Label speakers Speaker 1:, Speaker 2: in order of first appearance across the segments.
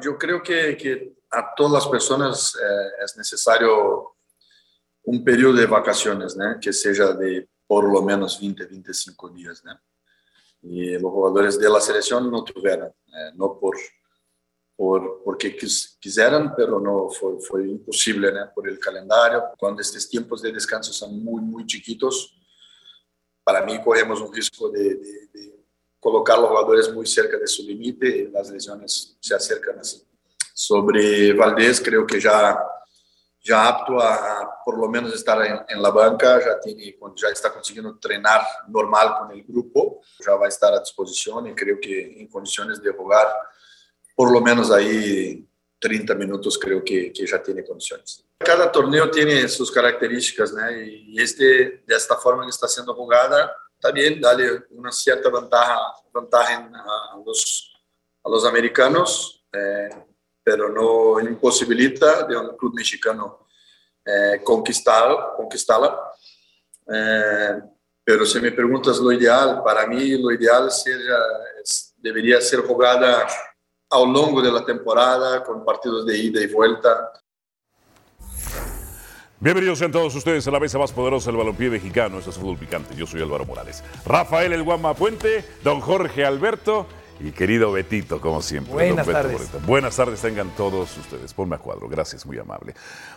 Speaker 1: Yo creo que, que a todas las personas eh, es necesario un periodo um de vacaciones, ¿no? que sea de por lo menos 20, 25 días. ¿no? Y los jugadores de la selección no tuvieron, eh, no por, por, porque quis, quisieran, pero no fue, fue imposible ¿no? por el calendario. Cuando estos tiempos de descanso son muy, muy chiquitos, para mí corremos un riesgo de, de, de colocar a los jugadores muy cerca de su límite, las lesiones se acercan así. Sobre Valdés, creo que ya, ya apto a, por lo menos estar en, en, la banca, ya, tiene, ya está consiguiendo entrenar normal con el grupo, ya va a estar a disposición y creo que en condiciones de jugar, por lo menos ahí 30 minutos creo que, que ya tiene condiciones. Cada torneo tiene sus características, ¿no? Y este, de esta forma que está tá siendo jugada, también darle una cierta ventaja, ventaja a, los, a los americanos, eh, pero no imposibilita de un club mexicano eh, conquistar, conquistarla. Eh, pero si me preguntas lo ideal, para mí lo ideal sería, es, debería ser jugada a lo largo de la temporada, con partidos de ida y vuelta.
Speaker 2: Bienvenidos sean todos ustedes a la mesa más poderosa del balompié mexicano. Esto es Fútbol Picante. Yo soy Álvaro Morales. Rafael El Guama Puente, don Jorge Alberto y querido Betito, como siempre.
Speaker 3: Buenas tardes.
Speaker 2: Moreta. Buenas tardes tengan todos ustedes. Ponme a cuadro. Gracias, muy amable.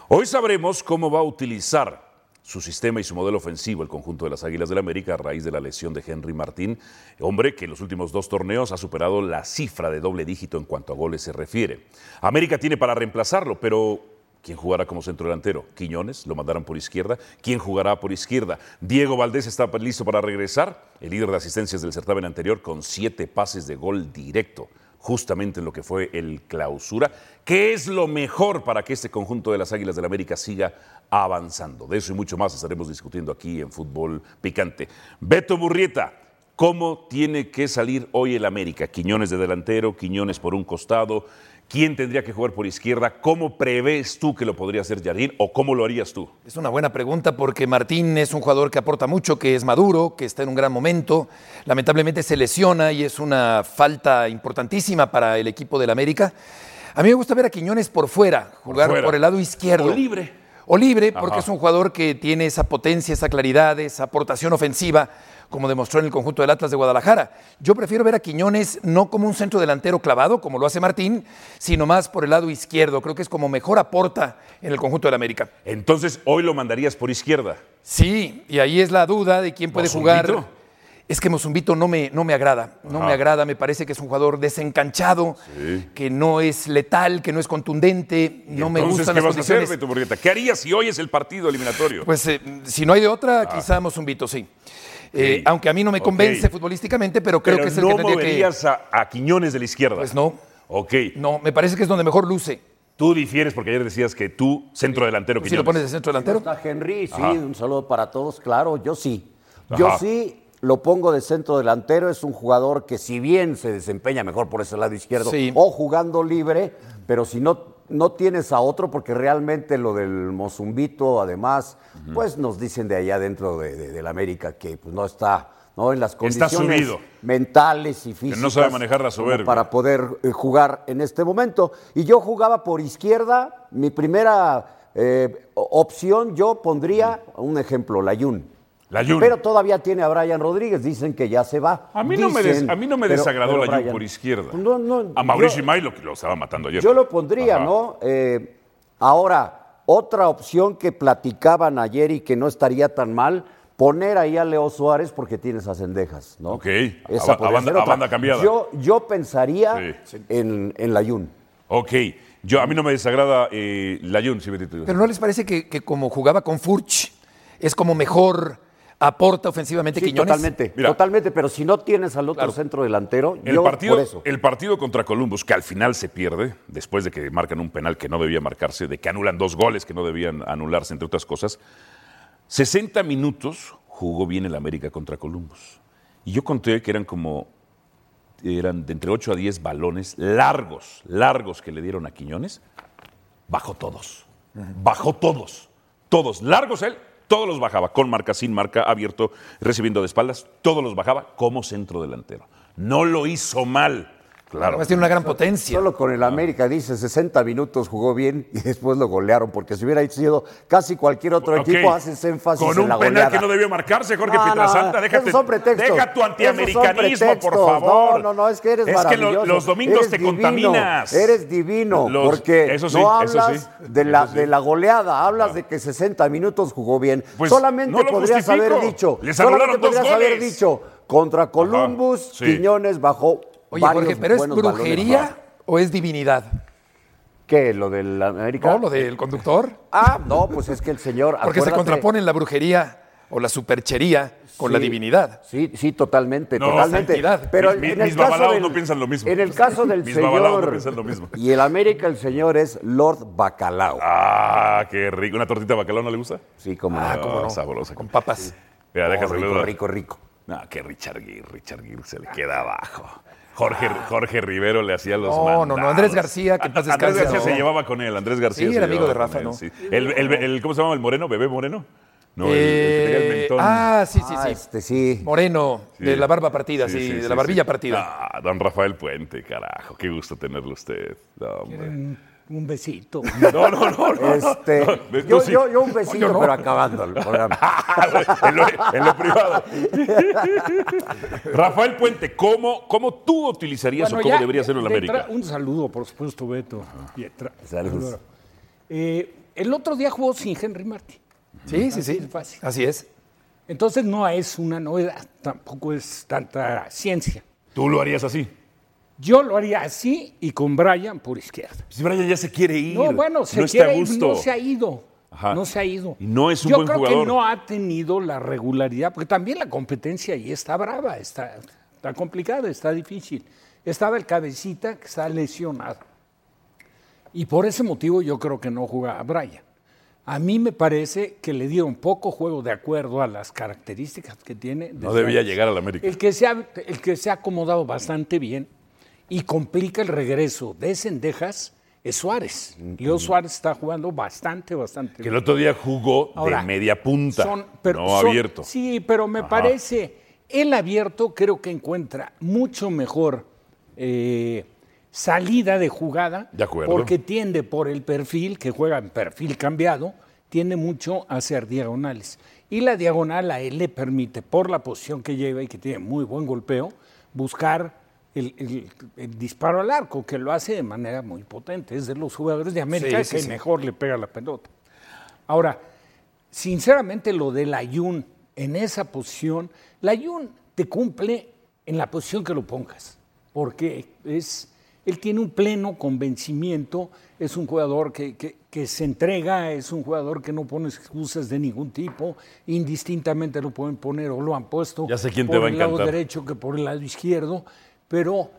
Speaker 2: Hoy sabremos cómo va a utilizar su sistema y su modelo ofensivo el conjunto de las Águilas del la América a raíz de la lesión de Henry Martín, hombre que en los últimos dos torneos ha superado la cifra de doble dígito en cuanto a goles se refiere. América tiene para reemplazarlo, pero ¿Quién jugará como centro delantero? Quiñones, lo mandaron por izquierda. ¿Quién jugará por izquierda? Diego Valdés está listo para regresar. El líder de asistencias del certamen anterior con siete pases de gol directo, justamente en lo que fue el clausura. ¿Qué es lo mejor para que este conjunto de las Águilas del la América siga avanzando? De eso y mucho más estaremos discutiendo aquí en Fútbol Picante. Beto Burrieta, ¿Cómo tiene que salir hoy el América? Quiñones de delantero, Quiñones por un costado. ¿Quién tendría que jugar por izquierda? ¿Cómo prevés tú que lo podría hacer Jardín o cómo lo harías tú?
Speaker 3: Es una buena pregunta porque Martín es un jugador que aporta mucho, que es maduro, que está en un gran momento. Lamentablemente se lesiona y es una falta importantísima para el equipo del América. A mí me gusta ver a Quiñones por fuera, jugar por, fuera. por el lado izquierdo.
Speaker 2: O libre
Speaker 3: o libre, porque Ajá. es un jugador que tiene esa potencia, esa claridad, esa aportación ofensiva, como demostró en el conjunto del Atlas de Guadalajara. Yo prefiero ver a Quiñones no como un centro delantero clavado, como lo hace Martín, sino más por el lado izquierdo. Creo que es como mejor aporta en el conjunto del América.
Speaker 2: Entonces, hoy lo mandarías por izquierda.
Speaker 3: Sí, y ahí es la duda de quién puede jugar. Invito? Es que Mozumbito no me, no me agrada, no Ajá. me agrada, me parece que es un jugador desencanchado, sí. que no es letal, que no es contundente, no me
Speaker 2: entonces,
Speaker 3: gustan
Speaker 2: ¿qué
Speaker 3: las
Speaker 2: vas
Speaker 3: condiciones.
Speaker 2: A hacer, Beto ¿Qué harías si hoy es el partido eliminatorio?
Speaker 3: Pues eh, si no hay de otra, ah. quizá Mozumbito, sí. Eh, sí. aunque a mí no me convence okay. futbolísticamente, pero creo
Speaker 2: pero
Speaker 3: que es
Speaker 2: no
Speaker 3: el que tendría
Speaker 2: moverías
Speaker 3: que...
Speaker 2: A, a Quiñones de la izquierda?
Speaker 3: Pues no.
Speaker 2: Ok.
Speaker 3: No, me parece que es donde mejor luce.
Speaker 2: Tú difieres porque ayer decías que tú, centro delantero,
Speaker 3: Si ¿Sí lo pones de centro delantero.
Speaker 4: Está Henry, sí, Ajá. un saludo para todos, claro, yo sí. Yo Ajá. sí lo pongo de centro delantero, es un jugador que si bien se desempeña mejor por ese lado izquierdo sí. o jugando libre, pero si no, no tienes a otro, porque realmente lo del Mozumbito, además, uh -huh. pues nos dicen de allá dentro de, de, de la América que pues, no está ¿no? en las condiciones mentales y físicas
Speaker 2: que no sabe manejar la soberbia.
Speaker 4: para poder jugar en este momento. Y yo jugaba por izquierda, mi primera eh, opción yo pondría, uh -huh. un ejemplo, la Yun. Pero todavía tiene a Brian Rodríguez, dicen que ya se va.
Speaker 2: A mí no
Speaker 4: dicen,
Speaker 2: me, des, a mí no me pero, desagradó pero la Jun por izquierda.
Speaker 4: pues
Speaker 2: No, no, a Mauricio Imay lo, lo estaba matando ayer.
Speaker 4: Yo lo pondría, Ajá. ¿no? Eh, ahora, otra opción que platicaban ayer y que no estaría tan mal, poner ahí a Leo Suárez porque tienes a Cendejas, ¿no?
Speaker 2: Ok, Esa a, a, banda, a, banda, cambiada.
Speaker 4: Yo, yo pensaría sí. en, en la Jun.
Speaker 2: Ok. Yo, a mí no me desagrada eh, la Jun, sí,
Speaker 3: Pero ¿no les parece que, que como jugaba con Furch, es como mejor aporta ofensivamente
Speaker 4: sí,
Speaker 3: Quiñones.
Speaker 4: Totalmente, Mira, totalmente, pero si no tienes al otro claro, centro delantero,
Speaker 2: el
Speaker 4: yo
Speaker 2: partido,
Speaker 4: por eso.
Speaker 2: El partido contra Columbus, que al final se pierde, después de que marcan un penal que no debía marcarse, de que anulan dos goles que no debían anularse, entre otras cosas, 60 minutos jugó bien el América contra Columbus. Y yo conté que eran como, eran de entre 8 a 10 balones largos, largos que le dieron a Quiñones, bajó todos, bajó todos, todos, largos él, todos los bajaba, con marca, sin marca, abierto, recibiendo de espaldas, todos los bajaba como centro delantero. No lo hizo mal, Claro. Ah.
Speaker 3: Además tiene una gran potencia.
Speaker 4: Solo con el América, dice, 60 minutos jugó bien y después lo golearon, porque si hubiera sido casi cualquier otro
Speaker 2: Ok.
Speaker 4: equipo, haces énfasis
Speaker 2: Con
Speaker 4: en
Speaker 2: un
Speaker 4: la
Speaker 2: penal
Speaker 4: goleada.
Speaker 2: que no debió marcarse, Jorge
Speaker 4: No, no,
Speaker 2: Pietrasanta.
Speaker 4: esos
Speaker 2: déjate,
Speaker 4: son pretextos.
Speaker 2: deja tu
Speaker 4: Esos
Speaker 2: antiamericanismo,
Speaker 4: son
Speaker 2: por
Speaker 4: pretextos.
Speaker 2: favor.
Speaker 4: No, no, no, es que eres
Speaker 2: Es que lo-
Speaker 4: maravilloso.
Speaker 2: los domingos
Speaker 4: Eres
Speaker 2: te
Speaker 4: divino,
Speaker 2: contaminas.
Speaker 4: Eres divino,
Speaker 2: Los-
Speaker 4: porque
Speaker 2: eso sí,
Speaker 4: no
Speaker 2: eso
Speaker 4: hablas
Speaker 2: sí,
Speaker 4: de, la,
Speaker 2: eso sí. Ah.
Speaker 4: de la goleada, hablas de que 60 minutos jugó bien.
Speaker 2: Pues,
Speaker 4: solamente
Speaker 2: no lo
Speaker 4: podrías
Speaker 2: justifico.
Speaker 4: haber dicho,
Speaker 2: Les
Speaker 4: solamente
Speaker 2: anularon dos
Speaker 4: podrías haber
Speaker 2: goles.
Speaker 4: dicho, contra Columbus,
Speaker 2: sí.
Speaker 4: Quiñones bajó
Speaker 3: Oye,
Speaker 4: varios
Speaker 3: Jorge, ¿pero es
Speaker 4: buenos balones.
Speaker 3: brujería o es divinidad?
Speaker 4: ¿Qué? ¿Lo del América?
Speaker 3: ¿No? Lo del conductor.
Speaker 4: Ah, no, pues es que el señor.
Speaker 3: Porque se
Speaker 4: acuérdate-
Speaker 3: contraponen la brujería o la superchería con la
Speaker 4: Sí,
Speaker 3: divinidad.
Speaker 4: Sí, sí, totalmente,
Speaker 2: No,
Speaker 4: totalmente.
Speaker 3: santidad.
Speaker 4: Pero
Speaker 2: Mis-
Speaker 4: en
Speaker 2: mis
Speaker 4: el caso
Speaker 2: babalaos
Speaker 4: del,
Speaker 2: no piensan lo mismo.
Speaker 4: En el caso del
Speaker 2: Mis babalaos no
Speaker 4: señor
Speaker 2: piensan lo mismo.
Speaker 4: y el América, el señor es Lord Bacalao.
Speaker 2: Ah, qué rico. ¿Una tortita de bacalao no le gusta?
Speaker 4: Sí, como no.
Speaker 2: Ah, cómo no. Sabrosa.
Speaker 3: Ah, Con papas.
Speaker 2: Mira, deja
Speaker 4: Oh, rico,
Speaker 2: saludo.
Speaker 4: rico, rico.
Speaker 2: No, que Richard Gere, Richard Gere se le queda abajo. Jorge, Jorge Rivero le hacía los
Speaker 3: Ah. No,
Speaker 2: mandados.
Speaker 3: no, no, Andrés García, que en paz
Speaker 2: Andrés
Speaker 3: descanse,
Speaker 2: García se
Speaker 3: no.
Speaker 2: llevaba con él, Andrés García.
Speaker 3: Sí,
Speaker 2: se
Speaker 3: era amigo
Speaker 2: llevaba
Speaker 3: de Rafa,
Speaker 2: con él,
Speaker 3: ¿no?
Speaker 2: sí. El, el- el- ¿Cómo se llama el moreno? ¿Bebé moreno? No, el, el que tenía el
Speaker 3: Eh,
Speaker 2: mentón.
Speaker 3: ah, sí, sí,
Speaker 4: Ah,
Speaker 3: sí.
Speaker 4: este, sí.
Speaker 3: Moreno, de la barba partida, sí, de la barbilla
Speaker 2: sí.
Speaker 3: partida.
Speaker 2: Ah, don Rafael Puente, carajo, qué gusto tenerlo usted. No, hombre.
Speaker 5: Un, un besito.
Speaker 2: no, no, no. no.
Speaker 4: Este,
Speaker 2: No, no,
Speaker 4: yo,
Speaker 2: sí.
Speaker 4: yo, yo un besito,
Speaker 2: Yo no.
Speaker 4: pero acabando el programa.
Speaker 2: en, lo, en lo privado. Rafael Puente, ¿cómo, cómo tú utilizarías
Speaker 5: Bueno,
Speaker 2: o cómo
Speaker 5: ya,
Speaker 2: debería hacerlo en
Speaker 5: de
Speaker 2: América?
Speaker 5: entrada, Un saludo, por supuesto, Beto. Pietra.
Speaker 4: Saludos.
Speaker 5: Saludo. Eh, el otro día jugó sin Henry Martin.
Speaker 3: Sí, sí, sí.
Speaker 5: fácil.
Speaker 3: Así es.
Speaker 5: Entonces no es una novedad, tampoco es tanta ciencia.
Speaker 2: Tú lo harías así.
Speaker 5: Yo lo haría así y con Brian por izquierda.
Speaker 2: Si Brian ya se quiere ir.
Speaker 5: No, bueno, se
Speaker 2: no está
Speaker 5: quiere
Speaker 2: a
Speaker 5: ir,
Speaker 2: gusto.
Speaker 5: no se ha ido.
Speaker 2: Ajá.
Speaker 5: No se ha ido.
Speaker 2: Y no es un
Speaker 5: Yo
Speaker 2: buen
Speaker 5: creo
Speaker 2: jugador.
Speaker 5: que no ha tenido la regularidad, porque también la competencia ahí está brava, está, está complicada, está difícil. Estaba el cabecita que está lesionado. Y por ese motivo yo creo que no jugaba Brian. A mí me parece que le dieron poco juego de acuerdo a las características que tiene.
Speaker 2: No
Speaker 5: desde
Speaker 2: debía
Speaker 5: antes.
Speaker 2: llegar al América.
Speaker 5: El que, se ha, el que se ha acomodado bastante bien y complica el regreso de Cendejas es Suárez. Leo Suárez está jugando bastante, bastante
Speaker 2: Que el otro día jugó
Speaker 5: Ahora,
Speaker 2: de media punta,
Speaker 5: son- pero
Speaker 2: no
Speaker 5: son-
Speaker 2: abierto.
Speaker 5: Sí, pero me
Speaker 2: Ajá.
Speaker 5: parece, el abierto creo que encuentra mucho mejor eh, salida de jugada,
Speaker 2: De acuerdo.
Speaker 5: porque tiende por el perfil, que juega en perfil cambiado, tiende mucho a hacer diagonales. Y la diagonal a él le permite, por la posición que lleva y que tiene muy buen golpeo, buscar el, el- el disparo al arco, que lo hace de manera muy potente. Es de los jugadores de América
Speaker 3: Sí, sí,
Speaker 5: que
Speaker 3: sí.
Speaker 5: mejor le pega la pelota. Ahora, sinceramente, lo del Ayun en esa posición, el Ayun te cumple en la posición que lo pongas, porque es, él tiene un pleno convencimiento, es un jugador que, que- que se entrega, es un jugador que no pone excusas de ningún tipo, indistintamente lo pueden poner o lo han puesto
Speaker 2: Ya sé quién te
Speaker 5: por
Speaker 2: va a
Speaker 5: el lado
Speaker 2: encantar.
Speaker 5: derecho que por el lado izquierdo, pero